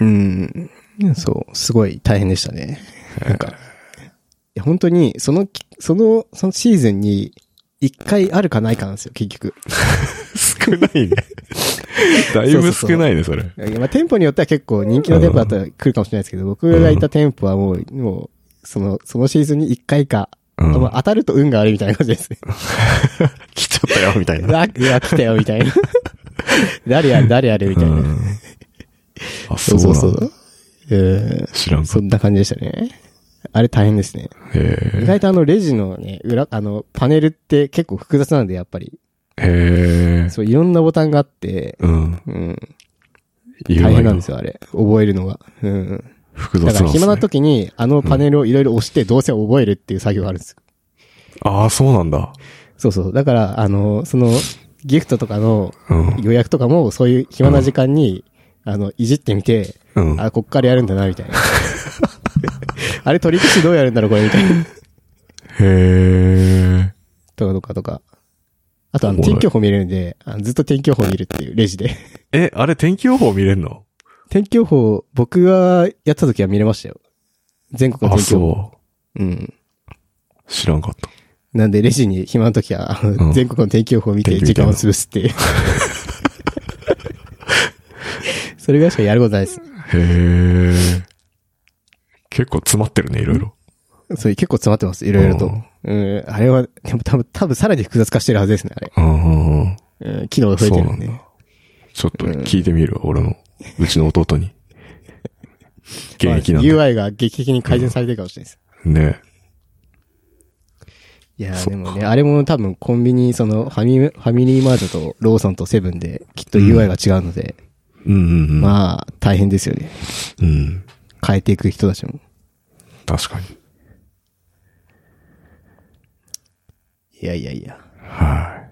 [SPEAKER 2] うん。そう、すごい大変でしたね。なんか、いや本当に、そのき、その、そのシーズンに、一回あるかないかなんですよ、結局。
[SPEAKER 1] 少 ないね。だいぶ少ないね、それ。
[SPEAKER 2] いやまあ、店舗によっては結構人気の店舗だったら来るかもしれないですけど、僕がいた店舗はもう、もう、その、そのシーズンに一回か、
[SPEAKER 1] うん
[SPEAKER 2] あまあ当たると運が悪いみたいな感じですね。
[SPEAKER 1] 来ちゃったよ、みたいな。
[SPEAKER 2] ラッが来たよ、みたいな。 誰や、誰やる、みたいな。
[SPEAKER 1] うんあ、そうなんだ。
[SPEAKER 2] うん
[SPEAKER 1] 知らんか
[SPEAKER 2] そ
[SPEAKER 1] っ
[SPEAKER 2] んな感じでしたね。あれ大変ですね。
[SPEAKER 1] た。へ
[SPEAKER 2] 意外とあの、レジのね、裏、あの、パネルって結構複雑なんで、やっぱり。
[SPEAKER 1] え。へえ。
[SPEAKER 2] そう、いろんなボタンがあって、
[SPEAKER 1] うん。
[SPEAKER 2] うん。
[SPEAKER 1] い。
[SPEAKER 2] 大変なんですすよ、あれ。覚えるのが。うん。
[SPEAKER 1] 複雑な
[SPEAKER 2] だか
[SPEAKER 1] ん
[SPEAKER 2] ら
[SPEAKER 1] です、
[SPEAKER 2] 暇
[SPEAKER 1] ね。
[SPEAKER 2] な時に、あのパネルをいろいろ押して、動線を覚えるっていう作業があるんですよ。
[SPEAKER 1] ああ、そうなんだ。
[SPEAKER 2] そうそう。だから、あの、その、ギフトとかの
[SPEAKER 1] うん。
[SPEAKER 2] 予約とかも、そういう暇な時間に、あの、いじってみて、
[SPEAKER 1] うん。
[SPEAKER 2] あ、こっからやるんだな、みたいな。あれ、取り口どうやるんだろう、これ、みた いな。
[SPEAKER 1] へえ。
[SPEAKER 2] とか、とか、とか。あと、あの、
[SPEAKER 1] おもろい
[SPEAKER 2] 天気予報見れるんで、あのずっと天気予報見るっていう、レジで。
[SPEAKER 1] え、あれ天気予報見れんの
[SPEAKER 2] 天気予報、僕がやった時は見れましたよ。全国の
[SPEAKER 1] あ、
[SPEAKER 2] 天気予報。
[SPEAKER 1] そ
[SPEAKER 2] うん。
[SPEAKER 1] 知らんかった。
[SPEAKER 2] なんでレジに暇の時は、あの
[SPEAKER 1] うん
[SPEAKER 2] 全国の天気予報を見て
[SPEAKER 1] 天気
[SPEAKER 2] 時
[SPEAKER 1] 見てん
[SPEAKER 2] 間を
[SPEAKER 1] の
[SPEAKER 2] 潰 すっていう。それぐらいしかやることないです。
[SPEAKER 1] へえ。結構詰まってるね、いろいろ。
[SPEAKER 2] それ結構詰まってます、いろいろと
[SPEAKER 1] うん。
[SPEAKER 2] うん、あれは、でも多分、多分さらに複雑化してるはずですね、あれ。
[SPEAKER 1] うんうんうん。
[SPEAKER 2] うん、機能が増えてるんで
[SPEAKER 1] そう。ちょっと聞いてみるわ、俺の、うちの弟に。現役なん
[SPEAKER 2] ま
[SPEAKER 1] で。
[SPEAKER 2] あ UI が劇的に改善されてるかもしれないです。
[SPEAKER 1] ね。
[SPEAKER 2] いやー
[SPEAKER 1] そっ
[SPEAKER 2] で
[SPEAKER 1] か
[SPEAKER 2] もね、あれも多分コンビニ、そのファミ、ファミリーマートとローソンとセブンできっと UI が違うので、
[SPEAKER 1] うんうんうん。
[SPEAKER 2] まあ大変ですよね。
[SPEAKER 1] うん。
[SPEAKER 2] 変えていく人たちも。
[SPEAKER 1] 確かに。
[SPEAKER 2] いやいやいや。
[SPEAKER 1] は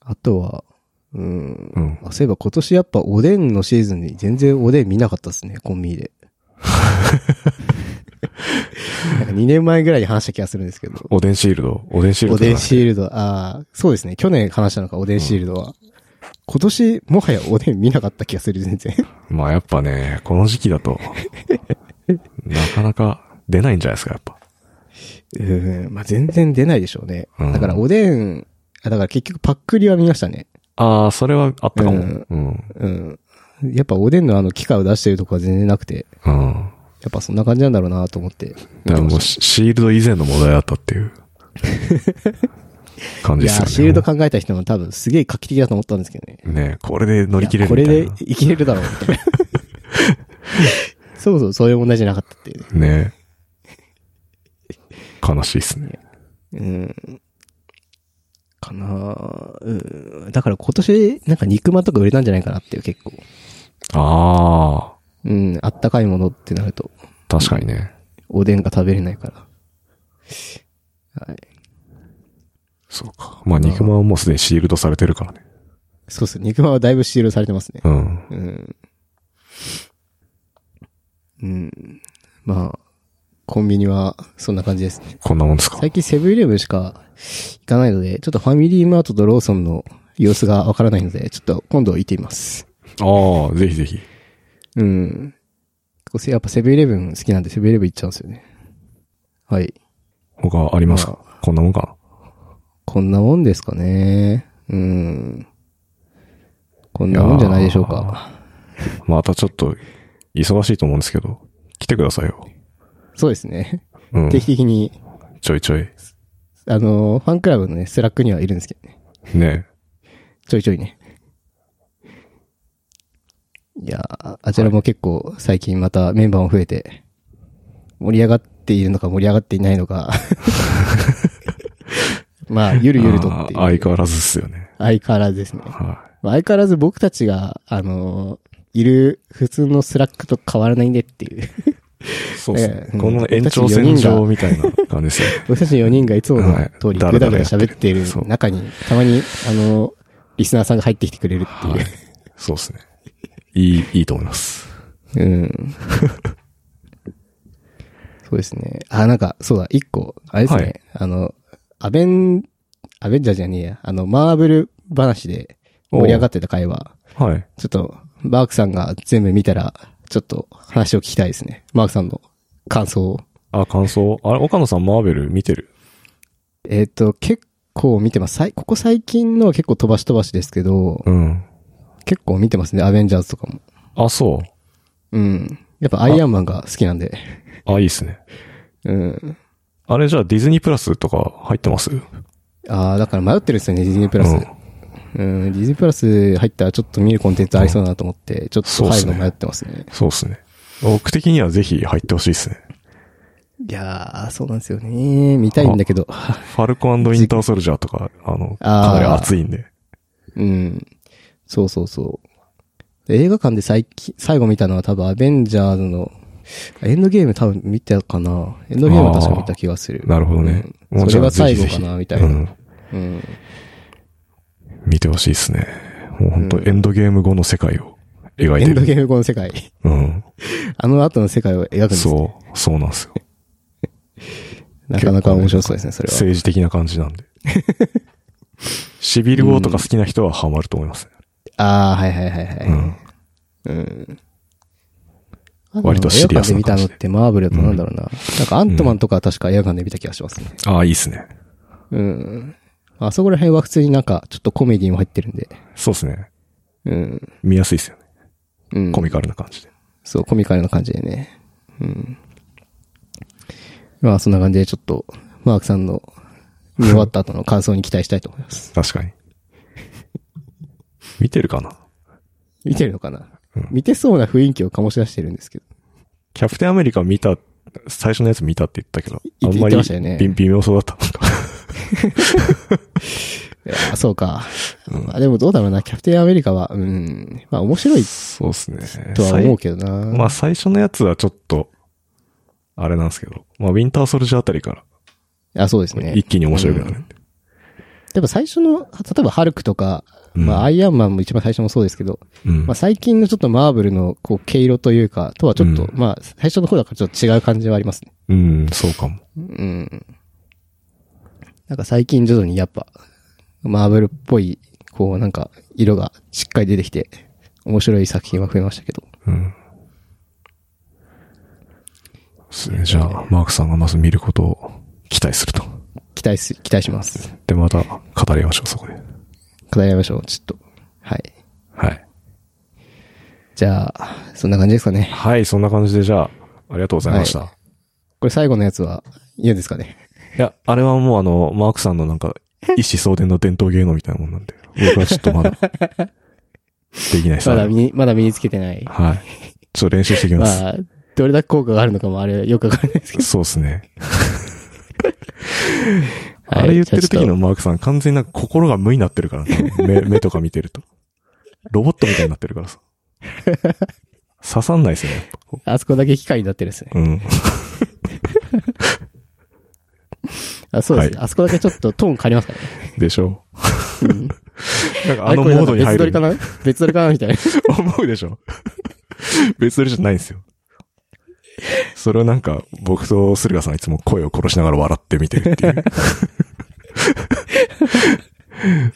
[SPEAKER 2] あとは、う
[SPEAKER 1] い
[SPEAKER 2] ん。。
[SPEAKER 1] うん。
[SPEAKER 2] あそういえば今年やっぱおでんのシーズンに全然おでん見なかったですね、コンビニ で。なんか2年前ぐらいに話した気がするんですけど。
[SPEAKER 1] おでんシールド。おでんシールド。
[SPEAKER 2] おでんシールド、ああ、そうですね。去年話したのか、おでんシールドは。今年、もはやおでん見なかった気がする、全 然。
[SPEAKER 1] まあやっぱね、この時期だ と、なかなか出ないんじゃないですか、やっぱ。
[SPEAKER 2] うん、まあ全然出ないでしょうね。
[SPEAKER 1] うん
[SPEAKER 2] だからおでん、あだから結局パックリは見ましたね。
[SPEAKER 1] ああ、それはあったかも。
[SPEAKER 2] う
[SPEAKER 1] うんん。
[SPEAKER 2] うん。やっぱおでんのあの機械を出してるとこは全然なくて、
[SPEAKER 1] うん。
[SPEAKER 2] やっぱそんな感じなんだろうなと思って。
[SPEAKER 1] だからもうシシールド以前の問題だったって いう感
[SPEAKER 2] い
[SPEAKER 1] じで
[SPEAKER 2] や
[SPEAKER 1] すよ
[SPEAKER 2] ー、
[SPEAKER 1] ね。
[SPEAKER 2] シールド考えた人も多分すげえ画期的だと思ったんですけどね。
[SPEAKER 1] ねこれで乗り切れる
[SPEAKER 2] こ
[SPEAKER 1] み
[SPEAKER 2] れ
[SPEAKER 1] たいな。
[SPEAKER 2] で生きれるだろう、み たいな。そもそもそういう問題じゃなかったっていうね。
[SPEAKER 1] ね悲しいっすね。
[SPEAKER 2] うん。かなぁうん。だから今年、なんか肉まんとか売れたんじゃないかなっていう結構。
[SPEAKER 1] ああ、
[SPEAKER 2] うん。あったかいものってなると、
[SPEAKER 1] 確かにね。
[SPEAKER 2] おでんが食べれないから。はい。
[SPEAKER 1] そうか。まあ肉まんはもうすでにシールドされてるからね。
[SPEAKER 2] そうっす。肉まんはだいぶシールされてますね。
[SPEAKER 1] うん。
[SPEAKER 2] うん。うん。まあ、コンビニはそんな感じですね。
[SPEAKER 1] こんなもんですか。
[SPEAKER 2] 最近セブンイレブンしか行かないので、ちょっとファミリーマートとローソンの様子がわからないので、ちょっと今度行ってみます。
[SPEAKER 1] ああ、ぜひぜひ。
[SPEAKER 2] うん。こうやっぱセブンイレブン好きなんでセブンイレブン行っちゃうんですよね。はい。
[SPEAKER 1] 他ありますか、こんなもんか
[SPEAKER 2] こんなもんですかね。うん。こんなもんじゃないでしょうか。
[SPEAKER 1] なまたちょっと、忙しいと思うんですけど、来てくださいよ。
[SPEAKER 2] そうですね。
[SPEAKER 1] うん。
[SPEAKER 2] 定期的に、
[SPEAKER 1] ちょいちょい。
[SPEAKER 2] あの、ファンクラブのね、スラックにはいるんですけどね。
[SPEAKER 1] ね
[SPEAKER 2] ちょいちょいね。いやー、あちらも結構最近またメンバーも増えて、盛り上がっているのか盛り上がっていない のか。まあ、ゆるゆるとっていう
[SPEAKER 1] あー相変わらずっすよね。
[SPEAKER 2] 相変わらずですね。
[SPEAKER 1] は
[SPEAKER 2] まあ相変わらず僕たちが、あのーいる普通のスラックと変わらないねっていう。
[SPEAKER 1] い。そうです
[SPEAKER 2] え
[SPEAKER 1] ね
[SPEAKER 2] え。うん
[SPEAKER 1] この延長線上みたいな 感じですよね。
[SPEAKER 2] 僕たち4人がいつもの
[SPEAKER 1] はい
[SPEAKER 2] 通り、
[SPEAKER 1] だ
[SPEAKER 2] ぐ
[SPEAKER 1] らだら
[SPEAKER 2] だぐだ
[SPEAKER 1] やってる
[SPEAKER 2] 喋っている
[SPEAKER 1] そう
[SPEAKER 2] 中に、たまに、あのーリスナーさんが入ってきてくれるって
[SPEAKER 1] はい。そうですね。いい、いいと思います。
[SPEAKER 2] いう。うん。 そうですね。あ、なんか、そうだ、一個、あれですね、
[SPEAKER 1] はい
[SPEAKER 2] あの、アベン、アベンジャーじゃねえや、あの、マーブル話で盛り上がってた会話。
[SPEAKER 1] はい。
[SPEAKER 2] ちょっと、マークさんが全部見たら、ちょっと話を聞きたいですね。マークさんの感想を。
[SPEAKER 1] あ、感想。あれ、岡野さんマーベル見てる
[SPEAKER 2] えっ、と、結構見てます。さいここ最近のは結構飛ばし飛ばしですけど、
[SPEAKER 1] うん。
[SPEAKER 2] 結構見てますね。アベンジャーズとかも。
[SPEAKER 1] あ、そ
[SPEAKER 2] うん。やっぱアイアンマンが好きなんで。
[SPEAKER 1] う。あ、いいっすね。
[SPEAKER 2] うん。
[SPEAKER 1] あれじゃあディズニープラスとか入ってます
[SPEAKER 2] ああ、だから迷ってるんですよね、ディズニープラス。
[SPEAKER 1] う
[SPEAKER 2] うんん、ディズニープラス入ったらちょっと見るコンテンツありそうだなと思って、ちょっと入るの迷ってますね。
[SPEAKER 1] そうですね。僕的にはぜひ入ってほしいですね。
[SPEAKER 2] いやー、そうなんですよね。見たいんだけど。
[SPEAKER 1] ファルコンウィンターソルジャーとか、あの、
[SPEAKER 2] あ
[SPEAKER 1] か
[SPEAKER 2] ー
[SPEAKER 1] なり熱いんで。
[SPEAKER 2] うん。そうそうそう。映画館で最近、最後見たのは多分アベンジャーズの、エンドゲーム多分見たかな。エンドゲームは確か見た気がする。
[SPEAKER 1] なるほどね。
[SPEAKER 2] うん
[SPEAKER 1] もう
[SPEAKER 2] それが
[SPEAKER 1] じゃあぜひぜ
[SPEAKER 2] 最
[SPEAKER 1] ひ
[SPEAKER 2] 後かなみたいな
[SPEAKER 1] うん
[SPEAKER 2] うん。
[SPEAKER 1] 見てほしいですね。もう本当エンドゲーム後の世界を描い
[SPEAKER 2] エ
[SPEAKER 1] て
[SPEAKER 2] ンド
[SPEAKER 1] る。
[SPEAKER 2] ゲーム後の世界。
[SPEAKER 1] うん。
[SPEAKER 2] あの後の世界を描くんです、ね、
[SPEAKER 1] そう、そうなんですよ。
[SPEAKER 2] なかなか面白そうですね、それは。
[SPEAKER 1] 政治的な感じなんで。 シビルウォーとか好きな人はハマると思いますね。
[SPEAKER 2] ああ、はいはいはいはい。
[SPEAKER 1] うん。
[SPEAKER 2] うん。
[SPEAKER 1] 割とシリアス
[SPEAKER 2] 映
[SPEAKER 1] な
[SPEAKER 2] 画
[SPEAKER 1] 感
[SPEAKER 2] 館で
[SPEAKER 1] じ
[SPEAKER 2] 見たのってマーブルだとなんだろうな。なんかアントマンとかは確か映画館で見た気がしますね。
[SPEAKER 1] ああ、いいっすね。
[SPEAKER 2] うん。あそこら辺は普通になんかちょっとコメディも入ってるんで。
[SPEAKER 1] そうですね。
[SPEAKER 2] うん。
[SPEAKER 1] 見やすいっすよね。
[SPEAKER 2] うん。
[SPEAKER 1] コミカルな感じで。
[SPEAKER 2] そう、コミカルな感じでね。うん。まあそんな感じでちょっと、マークさんの見終わった後の感想に期待したいと思います。
[SPEAKER 1] 確かに。見てるかな
[SPEAKER 2] 見てるのかな、
[SPEAKER 1] うん
[SPEAKER 2] 見てそうな雰囲気を醸し出してるんですけど。
[SPEAKER 1] キャプテンアメリカ見た、最初のやつ見たって言ったけど、あ
[SPEAKER 2] 言っ
[SPEAKER 1] ん
[SPEAKER 2] て
[SPEAKER 1] まり
[SPEAKER 2] 言ってましたよね
[SPEAKER 1] び微妙そうだった。なんか
[SPEAKER 2] いやそうか。まあでもどうだろうな、キャプテンアメリカは、うん、まあ面白い
[SPEAKER 1] そうですね。
[SPEAKER 2] とは思うけどな。
[SPEAKER 1] まあ最初のやつはちょっと、あれなんですけど、まあウィンターソルジャーあたりか
[SPEAKER 2] あ、そうです
[SPEAKER 1] ら
[SPEAKER 2] ね。
[SPEAKER 1] 一気に面白くな
[SPEAKER 2] う
[SPEAKER 1] る
[SPEAKER 2] ん。でも最初の、例えばハルクとか、
[SPEAKER 1] うん
[SPEAKER 2] まあアイアンマンも一番最初もそうですけど、
[SPEAKER 1] うん
[SPEAKER 2] まあ。最近のちょっとマーブルのこう毛色というか、とはちょっ
[SPEAKER 1] う
[SPEAKER 2] と、
[SPEAKER 1] ん
[SPEAKER 2] まあ最初の方だからちょっと違う感じはありますね。
[SPEAKER 1] うん、そうかも。
[SPEAKER 2] うん。なんか最近徐々にやっぱ、マーブルっぽい、こうなんか色がしっかり出てきて、面白い作品は増えましたけど。
[SPEAKER 1] うん。ですね。じゃあ、マークさんがまず見ることを期待すると。
[SPEAKER 2] 期待す、期待します。
[SPEAKER 1] で、また語り合いましょう、そこで。
[SPEAKER 2] 語り合いましょう、ちょっと。はい。
[SPEAKER 1] はい。
[SPEAKER 2] じゃあ、そんな感じですかね。
[SPEAKER 1] はい、そんな感じでじゃあ、ありがとうございました。、
[SPEAKER 2] はいこれ最後のやつは、嫌ですかね。
[SPEAKER 1] や、あれはもうあの、マークさんのなんか、一子相伝の伝統芸能みたいなもんなんで、僕はちょっとま だ、できないです
[SPEAKER 2] まだ
[SPEAKER 1] ね。
[SPEAKER 2] 身に、まだ身につけてない。
[SPEAKER 1] はい。ちょっと練習してきます。
[SPEAKER 2] まあ、どれだけ効果があるのかもあれ、よくわからないですけ ど。
[SPEAKER 1] そうですね。
[SPEAKER 2] はい
[SPEAKER 1] あれ言ってる
[SPEAKER 2] じゃあちょっ
[SPEAKER 1] 時
[SPEAKER 2] と
[SPEAKER 1] のマークさん、完全になんか心が無になってるから、 ね、目、目とか見てると。ロボットみたいになってるからさ。刺さんないですよね、やっぱこ
[SPEAKER 2] あそこだけ機械になってるんですね。
[SPEAKER 1] ううん。
[SPEAKER 2] あ、そうですね。
[SPEAKER 1] は
[SPEAKER 2] あそこだけちょっとトーン変わりますからね。
[SPEAKER 1] でしょ
[SPEAKER 2] うん
[SPEAKER 1] なんかあのモードに入
[SPEAKER 2] あれこれ
[SPEAKER 1] る。
[SPEAKER 2] なんか別撮りかな別撮りかなみ たいな。
[SPEAKER 1] 思うでしょ別撮りじゃないんですよ。それをなんか、僕と駿河さんはいつも声を殺しながら笑って見てるって いう。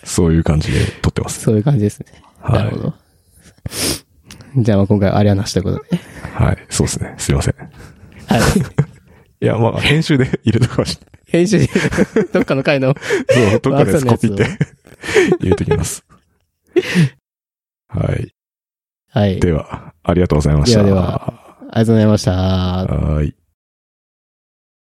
[SPEAKER 1] そういう感じで撮ってます。
[SPEAKER 2] そういう感じですね。
[SPEAKER 1] はい
[SPEAKER 2] なるほど。じゃあ、まあ今回はあれはなしということで。
[SPEAKER 1] はい。そうですね。すいません。
[SPEAKER 2] はい。
[SPEAKER 1] いや、まあ、編集で入れとかはし
[SPEAKER 2] 編集で、どっかの回の。
[SPEAKER 1] そう、どっかのやつ
[SPEAKER 2] ワ
[SPEAKER 1] コ
[SPEAKER 2] ークさ
[SPEAKER 1] ピ
[SPEAKER 2] ん
[SPEAKER 1] っ
[SPEAKER 2] の
[SPEAKER 1] て
[SPEAKER 2] や
[SPEAKER 1] 入れとき ます。はい。
[SPEAKER 2] はい。あり
[SPEAKER 1] では、ありがとうございました。
[SPEAKER 2] ではではがとうございました。
[SPEAKER 1] はい。